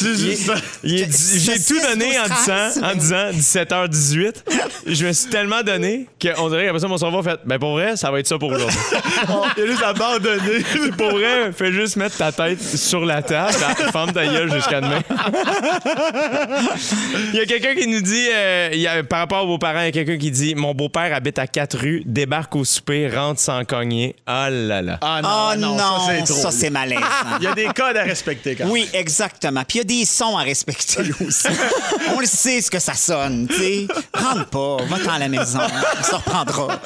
Speaker 1: il est- il est dit- J'ai tout donné en disant, en disant 17h18. Je me suis tellement donné qu'on dirait qu'après ça, mon cerveau a fait Ben pour vrai, ça va être ça pour aujourd'hui.
Speaker 2: Il a
Speaker 1: [LAUGHS]
Speaker 2: juste abandonné.
Speaker 1: pour vrai, fais juste mettre ta tête sur la table, ferme ta gueule jusqu'à demain. [LAUGHS] il y a quelqu'un qui nous dit euh, il y a- Par rapport aux beaux-parents, il y a quelqu'un qui dit Mon beau-père habite à 4 rues, débarque au souper, rentre sans cogner. Ah là là.
Speaker 2: Ah
Speaker 3: Oh non,
Speaker 2: ça c'est trop.
Speaker 3: ça c'est malaisant.
Speaker 2: Il y a des codes à respecter quand même.
Speaker 3: Oui, exactement. Puis il y a des sons
Speaker 2: [LAUGHS]
Speaker 3: à respecter aussi. On le sait ce que ça sonne, tu sais. Rentre pas, va-t'en à la maison, on se reprendra.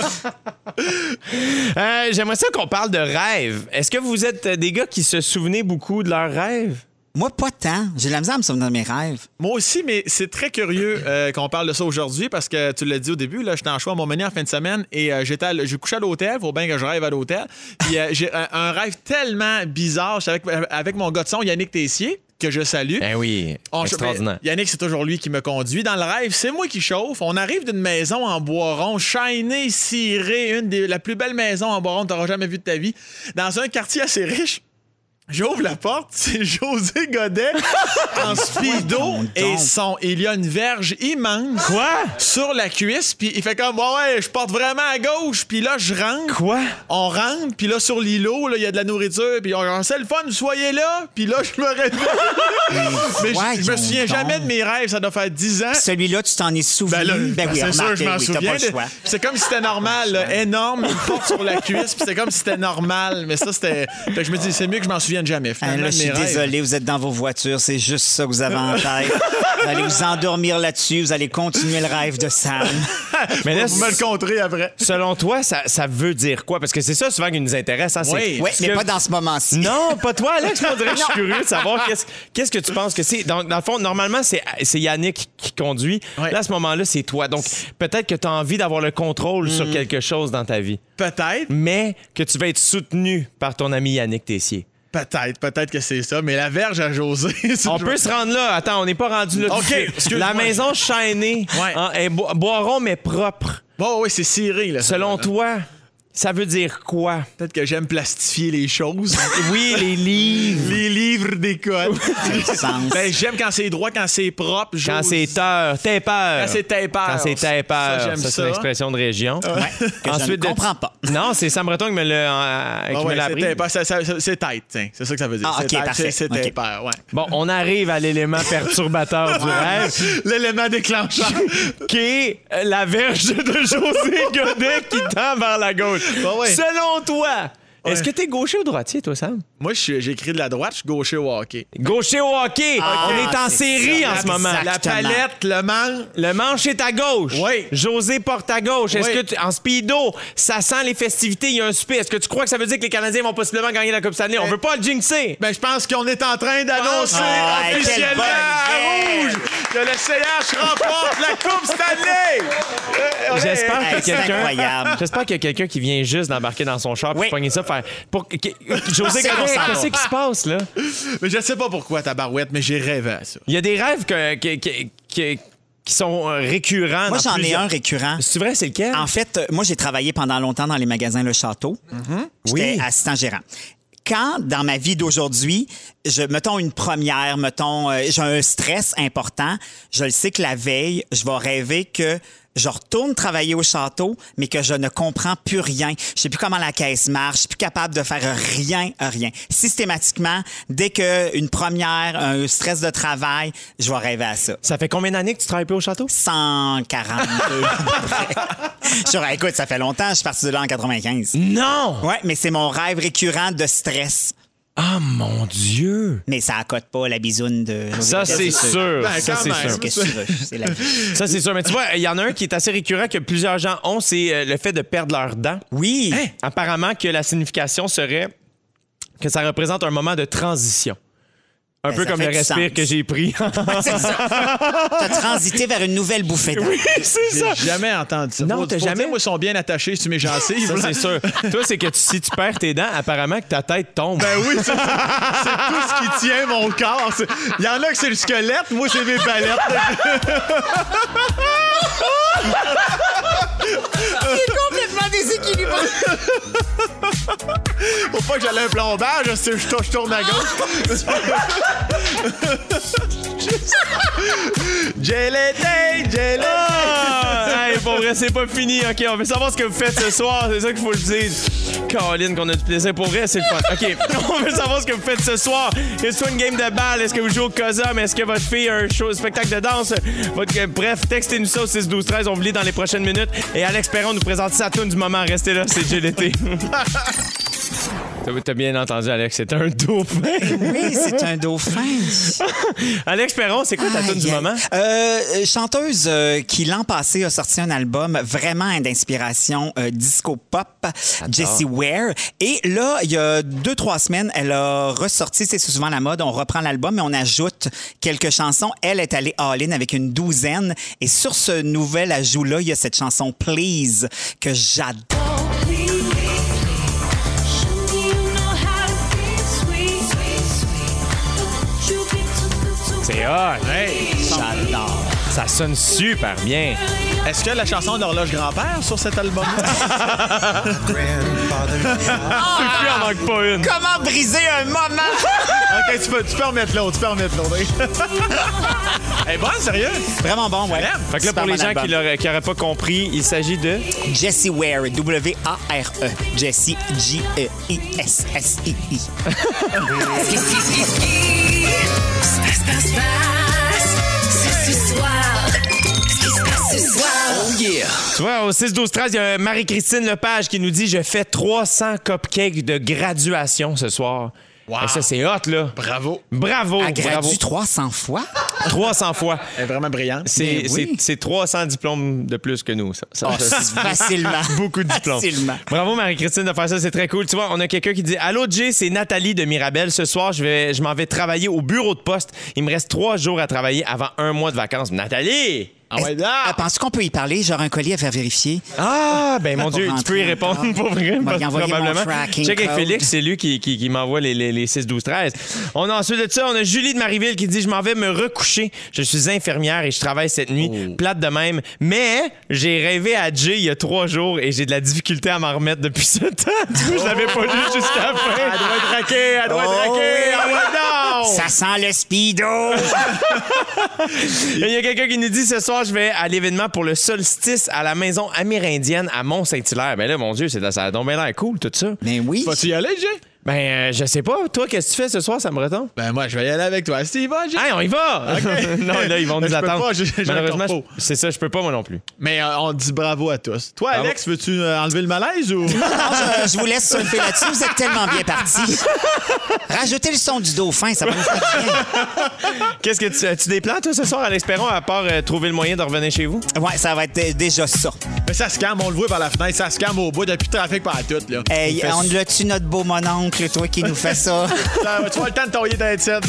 Speaker 1: Euh, J'aimerais ça qu'on parle de rêve. Est-ce que vous êtes euh, des gars qui se souvenaient beaucoup de leurs rêves?
Speaker 3: Moi, pas tant. J'ai de la misère à me souvenir de mes rêves.
Speaker 2: Moi aussi, mais c'est très curieux euh, qu'on parle de ça aujourd'hui parce que tu l'as dit au début, là, j'étais en choix à Montmagny en fin de semaine et euh, j'étais, à l- j'ai couché à l'hôtel, faut bien que je rêve à l'hôtel. Puis euh, j'ai un, un rêve tellement bizarre, j'étais avec, avec mon gars de son, Yannick Tessier, que je salue.
Speaker 1: Ben oui,
Speaker 2: On-
Speaker 1: extraordinaire.
Speaker 2: Oh, mais Yannick, c'est toujours lui qui me conduit. Dans le rêve, c'est moi qui chauffe. On arrive d'une maison en bois rond, shinée, cirée, une des la plus belle maison en bois rond que t'auras jamais vue de ta vie, dans un quartier assez riche. J'ouvre la porte, [LAUGHS] c'est José Godet en speedo et son. Il y a une verge immense.
Speaker 1: Quoi?
Speaker 2: Sur la cuisse, puis il fait comme, ouais, ouais, je porte vraiment à gauche, puis là, je rentre.
Speaker 1: Quoi?
Speaker 2: On rentre, puis là, sur l'îlot, là, il y a de la nourriture, puis on genre, c'est le fun, soyez là, puis là, je me
Speaker 3: [LAUGHS]
Speaker 2: réveille. [LAUGHS] Mais je- je me
Speaker 3: voyons
Speaker 2: souviens
Speaker 3: donc.
Speaker 2: jamais de mes rêves, ça doit faire 10 ans.
Speaker 3: Celui-là, tu t'en es souvenu.
Speaker 2: Ben là, ben
Speaker 3: oui,
Speaker 2: c'est sûr,
Speaker 3: remarque,
Speaker 2: je m'en
Speaker 3: oui, t'as
Speaker 2: souviens.
Speaker 3: pas le
Speaker 2: de-
Speaker 3: choix.
Speaker 2: C'est comme si c'était normal, là, énorme, une porte sur la cuisse, puis c'est comme si c'était normal. Mais ça, c'était. Fait que je me dis, c'est mieux que je m'en souvienne jamais.
Speaker 3: Ah,
Speaker 2: Finalement,
Speaker 3: là,
Speaker 2: de
Speaker 3: je
Speaker 2: mes
Speaker 3: suis
Speaker 2: rêves. [LAUGHS]
Speaker 3: désolé, vous êtes dans vos voitures, c'est juste ça que vous avez en tête. Vous allez vous endormir là-dessus, vous allez continuer le rêve de Sam.
Speaker 1: Mais là,
Speaker 2: Vous me le compterez après.
Speaker 1: selon toi, ça, ça veut dire quoi? Parce que c'est ça souvent qui nous intéresse. Hein, c'est-
Speaker 2: Oui.
Speaker 3: Oui,
Speaker 1: ce
Speaker 3: mais
Speaker 1: que-
Speaker 3: pas dans ce
Speaker 2: [LAUGHS]
Speaker 3: moment-ci.
Speaker 1: Non, pas toi, Alex. mais On dirait que je suis curieux de savoir qu'est-ce qu'est-ce que tu penses que c'est. Donc, dans le fond, normalement, c'est c'est Yannick qui conduit.
Speaker 2: Ouais.
Speaker 1: Là, à ce moment-là, c'est toi. Donc, peut-être que tu as envie d'avoir le contrôle
Speaker 2: Mm.
Speaker 1: sur quelque chose dans ta vie,
Speaker 2: Peut-être,
Speaker 1: mais que tu vas être soutenu par ton ami Yannick Tessier.
Speaker 2: peut-être, peut-être que c'est ça, mais la verge à José. [LAUGHS] c'est-
Speaker 1: On peut se rendre là. Attends, on n'est pas rendu là. tout de
Speaker 2: OK,
Speaker 1: suite.
Speaker 2: excuse-moi.
Speaker 1: La maison chaînée,
Speaker 2: Ouais.
Speaker 1: hein, est bo- boiron mais propre.
Speaker 2: Bon, oui, c'est ciré, là. Euh,
Speaker 1: Selon toi, ça veut dire quoi?
Speaker 2: Peut-être que j'aime plastifier
Speaker 1: [LAUGHS]
Speaker 2: les choses.
Speaker 1: Oui, les livres.
Speaker 2: les
Speaker 1: [LAUGHS]
Speaker 2: livres d'école.
Speaker 3: sens.
Speaker 2: ben, j'aime quand c'est droit, quand c'est propre.
Speaker 1: Quand
Speaker 2: José.
Speaker 1: c'est peur, t'es peur.
Speaker 2: Quand c'est taper.
Speaker 1: Quand c'est
Speaker 2: Ça,
Speaker 1: taper.
Speaker 2: j'aime
Speaker 1: Ça, c'est
Speaker 2: ça.
Speaker 1: une expression de région.
Speaker 3: que je ne
Speaker 1: de-
Speaker 3: comprends pas.
Speaker 1: [LAUGHS] Non, c'est Sam Breton qui me l'a euh, qui
Speaker 2: Ah
Speaker 1: me
Speaker 2: ouais,
Speaker 1: l'a
Speaker 2: c'est
Speaker 1: appris.
Speaker 2: taper, ça- ça- ça- c'est tête, tiens. C'est ça que ça veut dire.
Speaker 3: Ah,
Speaker 2: C'est
Speaker 3: ok,
Speaker 2: tête,
Speaker 3: parfait.
Speaker 2: C'est
Speaker 3: Ok.
Speaker 2: c'est
Speaker 1: [LAUGHS]
Speaker 2: taper, ouais.
Speaker 1: Bon, on arrive à l'élément perturbateur
Speaker 2: [LAUGHS]
Speaker 1: du rêve,
Speaker 2: L'élément
Speaker 1: [LAUGHS]
Speaker 2: déclencheur.
Speaker 1: qui est euh, la verge de José Godet qui tend vers la gauche.
Speaker 2: Bah ouais.
Speaker 1: Selon toi, est-ce que t'es gaucher ou droitier, toi, Sam?
Speaker 2: Moi, je suis- j'écris de la droite, je suis gaucher au hockey.
Speaker 1: Gaucher ou hockey?
Speaker 3: Ah,
Speaker 1: on est en
Speaker 3: c'est
Speaker 1: série
Speaker 3: ça.
Speaker 1: en ce moment.
Speaker 2: La
Speaker 3: Exactement.
Speaker 2: palette, le manche.
Speaker 1: Le manche est à gauche.
Speaker 2: Oui.
Speaker 1: José porte à gauche. Est-ce
Speaker 2: Oui.
Speaker 1: que tu- en speedo, ça sent les festivités, il y a un souper. Est-ce que tu crois que ça veut dire que les Canadiens vont possiblement gagner la Coupe Stanley? On
Speaker 2: Eh.
Speaker 1: veut pas le jinxer.
Speaker 2: Ben, je pense qu'on est en train d'annoncer
Speaker 3: Ah, quelle
Speaker 2: officiellement
Speaker 3: bonne
Speaker 2: à
Speaker 3: nouvelle.
Speaker 2: rouge que le CH remporte la Coupe Stanley.
Speaker 1: [LAUGHS]
Speaker 2: Euh, ouais.
Speaker 1: J'espère
Speaker 3: Hey,
Speaker 1: que
Speaker 3: c'est incroyable.
Speaker 1: quelqu'un J'espère qu'il y a quelqu'un qui vient juste d'embarquer dans son char pour
Speaker 3: Oui.
Speaker 1: pogner ça faire pour que- José
Speaker 3: C'est
Speaker 1: Godet,
Speaker 3: bon, ça.
Speaker 1: qu'est-ce qui se passe là
Speaker 2: Mais je sais pas pourquoi ta barouette, mais j'ai rêvé à ça.
Speaker 1: Il y a des rêves que- que- que- que- qui sont euh, récurrents
Speaker 3: Moi,
Speaker 1: dans
Speaker 3: j'en ai
Speaker 1: plusieurs-
Speaker 3: un récurrent.
Speaker 1: C'est vrai, c'est lequel
Speaker 3: En fait, euh, moi, j'ai travaillé pendant longtemps dans les magasins Le Château. J'étais
Speaker 1: Mhm. Oui.
Speaker 3: assistant gérant. Quand, dans ma vie d'aujourd'hui, je mettons une première, mettons, euh, j'ai un stress important, je le sais que la veille, je vais rêver que je retourne travailler au château, mais que je ne comprends plus rien. Je sais plus comment la caisse marche, je suis plus capable de faire rien, rien. Systématiquement, dès qu'une première, un stress de travail, je vais rêver à ça.
Speaker 1: Ça fait combien d'années que tu travailles plus au château
Speaker 3: 142. Sur, écoute, ça fait longtemps, je suis parti de là en 95.
Speaker 1: Mm. Non
Speaker 3: Ouais, mais c'est mon rêve récurrent de stress.
Speaker 1: Ah mon dieu.
Speaker 3: Mais ça accote pas la bisoune de.
Speaker 1: Ça c'est sûr,
Speaker 2: Ben,
Speaker 1: ça
Speaker 2: quand
Speaker 1: c'est
Speaker 2: même.
Speaker 1: sûr.
Speaker 3: Qu'est-ce que tu veux? C'est la vie.
Speaker 1: Ça, c'est sûr. Mais tu vois, il y en a un qui est assez récurrent que plusieurs gens ont, c'est euh, le fait de perdre leurs dents. Hein?
Speaker 3: Oui.
Speaker 1: Apparemment que la signification serait que ça représente un moment de transition. Un
Speaker 3: Ben,
Speaker 1: peu
Speaker 3: ça
Speaker 1: comme le
Speaker 3: fait du
Speaker 1: respire
Speaker 3: sens.
Speaker 1: que j'ai
Speaker 3: [LAUGHS]
Speaker 1: pris.
Speaker 3: C'est ça. T'as transité vers une nouvelle bouffée d'air.
Speaker 1: c'est
Speaker 2: J'ai jamais entendu ça.
Speaker 1: Non,
Speaker 2: Faut-
Speaker 1: t'as
Speaker 2: faut
Speaker 1: jamais?
Speaker 2: dire, Moi, ils sont bien attachés sur mes gencives.
Speaker 1: Ça, c'est sûr. Toi, c'est que tu- si tu perds tes dents, apparemment que ta tête tombe.
Speaker 2: Ben oui, c'est c'est tout ce qui tient mon corps. C'est- Il y en a que c'est le squelette, moi c'est mes palettes.
Speaker 3: Complètement déséquilibré.
Speaker 2: Faut pas que j'aille à un plombage, c'est- je, je tourne à gauche. Jelly Jelly
Speaker 1: Ah! Hey, pour vrai, c'est pas fini. OK, on veut savoir ce que vous faites ce soir. C'est ça qu'il faut le dire. Caroline, qu'on a du plaisir. Pour vrai, c'est le fun. OK, [LAUGHS] on veut savoir ce que vous faites ce soir. Est-ce que une game de balle? Est-ce que vous jouez au COSUM? Est-ce que votre fille a un show, spectacle de danse? Votre... euh, Bref, textez-nous ça au 6 12 13 On vous lit dans les prochaines minutes. Et Alex Perron nous présente sa tune du moment. Restez là, c'est GLT. [LAUGHS] T'as- T'as bien entendu, Alex. C'est un dauphin. [LAUGHS]
Speaker 3: Oui, c'est un dauphin.
Speaker 1: Alex Perron, c'est quoi ta tune du
Speaker 3: Aïe, aïe.
Speaker 1: moment?
Speaker 3: Euh, euh, chanteuse euh, qui l'an passé a sorti un album vraiment d'inspiration euh, disco pop, Jessie Ware. Et là, il y a deux trois semaines, elle a ressorti. C'est souvent la mode. On reprend l'album mais on ajoute quelques chansons. Elle est allée all-in avec une douzaine. Et sur ce nouvel ajout là, il y a cette chanson Please que j'adore.
Speaker 1: C'est hot.
Speaker 3: J'adore.
Speaker 1: Ça sonne super bien.
Speaker 2: Est-ce que la chanson d'horloge grand-père sur cet album?
Speaker 1: plus en manque pas une.
Speaker 3: Comment briser un moment?
Speaker 2: [LAUGHS] ok, tu peux, tu peux remettre l'autre, tu peux remettre l'autre. [LAUGHS] Elle est bonne, sérieux?
Speaker 3: Vraiment bon, ouais.
Speaker 2: Vraiment.
Speaker 1: Fait que là,
Speaker 3: Super
Speaker 1: pour les
Speaker 3: bon
Speaker 1: gens
Speaker 3: album.
Speaker 1: qui l'auraient- qui n'auraient pas compris, il s'agit de.
Speaker 3: Jessie Ware, W-A-R-E. Jessie, E J-E-I-S-S-I-I.
Speaker 4: Ski, ski, ski, ski. Space, space, space. C'est ce soir. Ski, space, ce soir.
Speaker 1: Tu vois, au 6-12-13, il y a Marie-Christine Lepage qui nous dit Je fais 300 cupcakes de graduation ce soir.
Speaker 2: Wow.
Speaker 1: Et ça, c'est hot, là.
Speaker 2: Bravo.
Speaker 1: Bravo,
Speaker 3: Elle
Speaker 1: bravo.
Speaker 3: gradue 300 fois?
Speaker 1: 300 fois.
Speaker 2: Elle est vraiment brillante.
Speaker 1: C'est
Speaker 3: Mais oui.
Speaker 1: c'est- c'est 300 diplômes de plus que nous, ça. Ça,
Speaker 2: Ah,
Speaker 3: Oh, [LAUGHS]
Speaker 1: ça,
Speaker 3: facilement.
Speaker 1: [LAUGHS] Beaucoup de diplômes.
Speaker 3: Facilement.
Speaker 1: Bravo Marie-Christine de faire ça, c'est très cool. Tu vois, on a quelqu'un qui dit Allô Jay, c'est Nathalie de Mirabel. Ce soir, je vais, je m'en vais travailler au bureau de poste. Il me reste trois jours à travailler avant un mois de vacances. Nathalie!
Speaker 2: Ah ouais,
Speaker 3: Ah,
Speaker 2: là!
Speaker 3: penses qu'on peut y parler? J'aurais un collier à faire vérifier.
Speaker 1: Ah, ben mon
Speaker 3: Pour
Speaker 1: Dieu, tu
Speaker 3: rentrer
Speaker 1: peux y
Speaker 3: encore.
Speaker 1: répondre pour vrai,
Speaker 3: Il m'a
Speaker 1: parce-
Speaker 3: envoyé mon
Speaker 1: probablement.
Speaker 3: tracking
Speaker 1: Check avec
Speaker 3: code.
Speaker 1: Félix, c'est lui qui, qui- qui m'envoie les, les- les 6, 12, 13. On a ensuite de ça, on a Julie de Marieville qui dit Je m'en vais me recoucher. Je suis infirmière et je travaille cette nuit,
Speaker 3: Oh.
Speaker 1: plate de même. Mais j'ai rêvé à Jay il y a trois jours et j'ai de la difficulté à m'en remettre depuis ce temps. Du coup, je l'avais pas lu jusqu'à la fin. Elle doit être raquée, elle doit
Speaker 3: Oh. être raquée. Ah
Speaker 1: non!
Speaker 3: Ça sent le speedo!
Speaker 1: Il y a quelqu'un qui nous dit ce soir, je vais à l'événement pour le solstice à la maison amérindienne à Mont-Saint-Hilaire. Ben là, mon Dieu, c'est de la- ça a donc bien l'air cool, tout ça.
Speaker 3: Mais oui.
Speaker 2: Vas-tu y aller, Jay? Ben,
Speaker 1: Euh, je sais pas. Toi, qu'est-ce que tu fais ce soir, Sam Breton?
Speaker 2: Ben, moi, je vais y aller avec toi. Si, va, Jay?
Speaker 1: Hey, on y [LAUGHS] va! Ben, non, là, [LAUGHS] ils vont nous
Speaker 2: Je peux
Speaker 1: attendre.
Speaker 2: pas, j'ai- j'ai un
Speaker 1: Malheureusement,
Speaker 2: corpo.
Speaker 1: je- c'est ça, je peux pas, moi non plus.
Speaker 2: Mais euh, on dit bravo à tous. Toi, Alex, veux-tu euh, enlever le malaise
Speaker 3: [LAUGHS]
Speaker 2: ou.
Speaker 3: Non, je, je vous laisse surfer là-dessus. Vous êtes tellement bien partis. Rajoutez le son du dauphin, ça va vous faire bien.
Speaker 1: Qu'est-ce que tu, tu déplaces, toi, ce soir, à l'Espéron, à part euh, trouver le moyen de revenir chez [LAUGHS] vous?
Speaker 3: Ouais, ça va être euh, déjà ça.
Speaker 2: Mais ça se calme, on le voit par la fenêtre, ça se calme au bout, depuis trafic par la toute, là.
Speaker 3: Hey,
Speaker 1: Il fait-
Speaker 3: on le tue notre beau mononcle, toi qui nous fait ça.
Speaker 2: Ça, tu vois le temps de tourner dans les tièdes.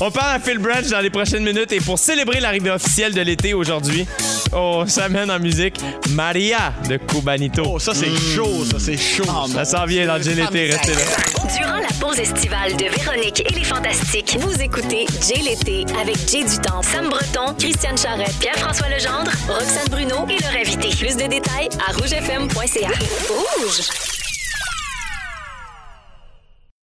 Speaker 1: On parle à Phil Branch dans les prochaines minutes et pour célébrer l'arrivée officielle de l'été aujourd'hui, on s'amène en musique Maria de Cubanito.
Speaker 2: Oh, ça, c'est chaud, ça, c'est chaud.
Speaker 3: Oh,
Speaker 2: ça.
Speaker 1: ça s'en vient dans le gel l'été,
Speaker 3: Femme
Speaker 1: restez là.
Speaker 9: Durant la pause estivale de Véronique et les Fantastiques, vous écoutez Jay l'été avec Jay Dutemps, Sam Breton, Christiane Charrette, Pierre-François Legendre, Roxane Bruno et leur invité. Plus de détails à rougefm.ca. Rouge!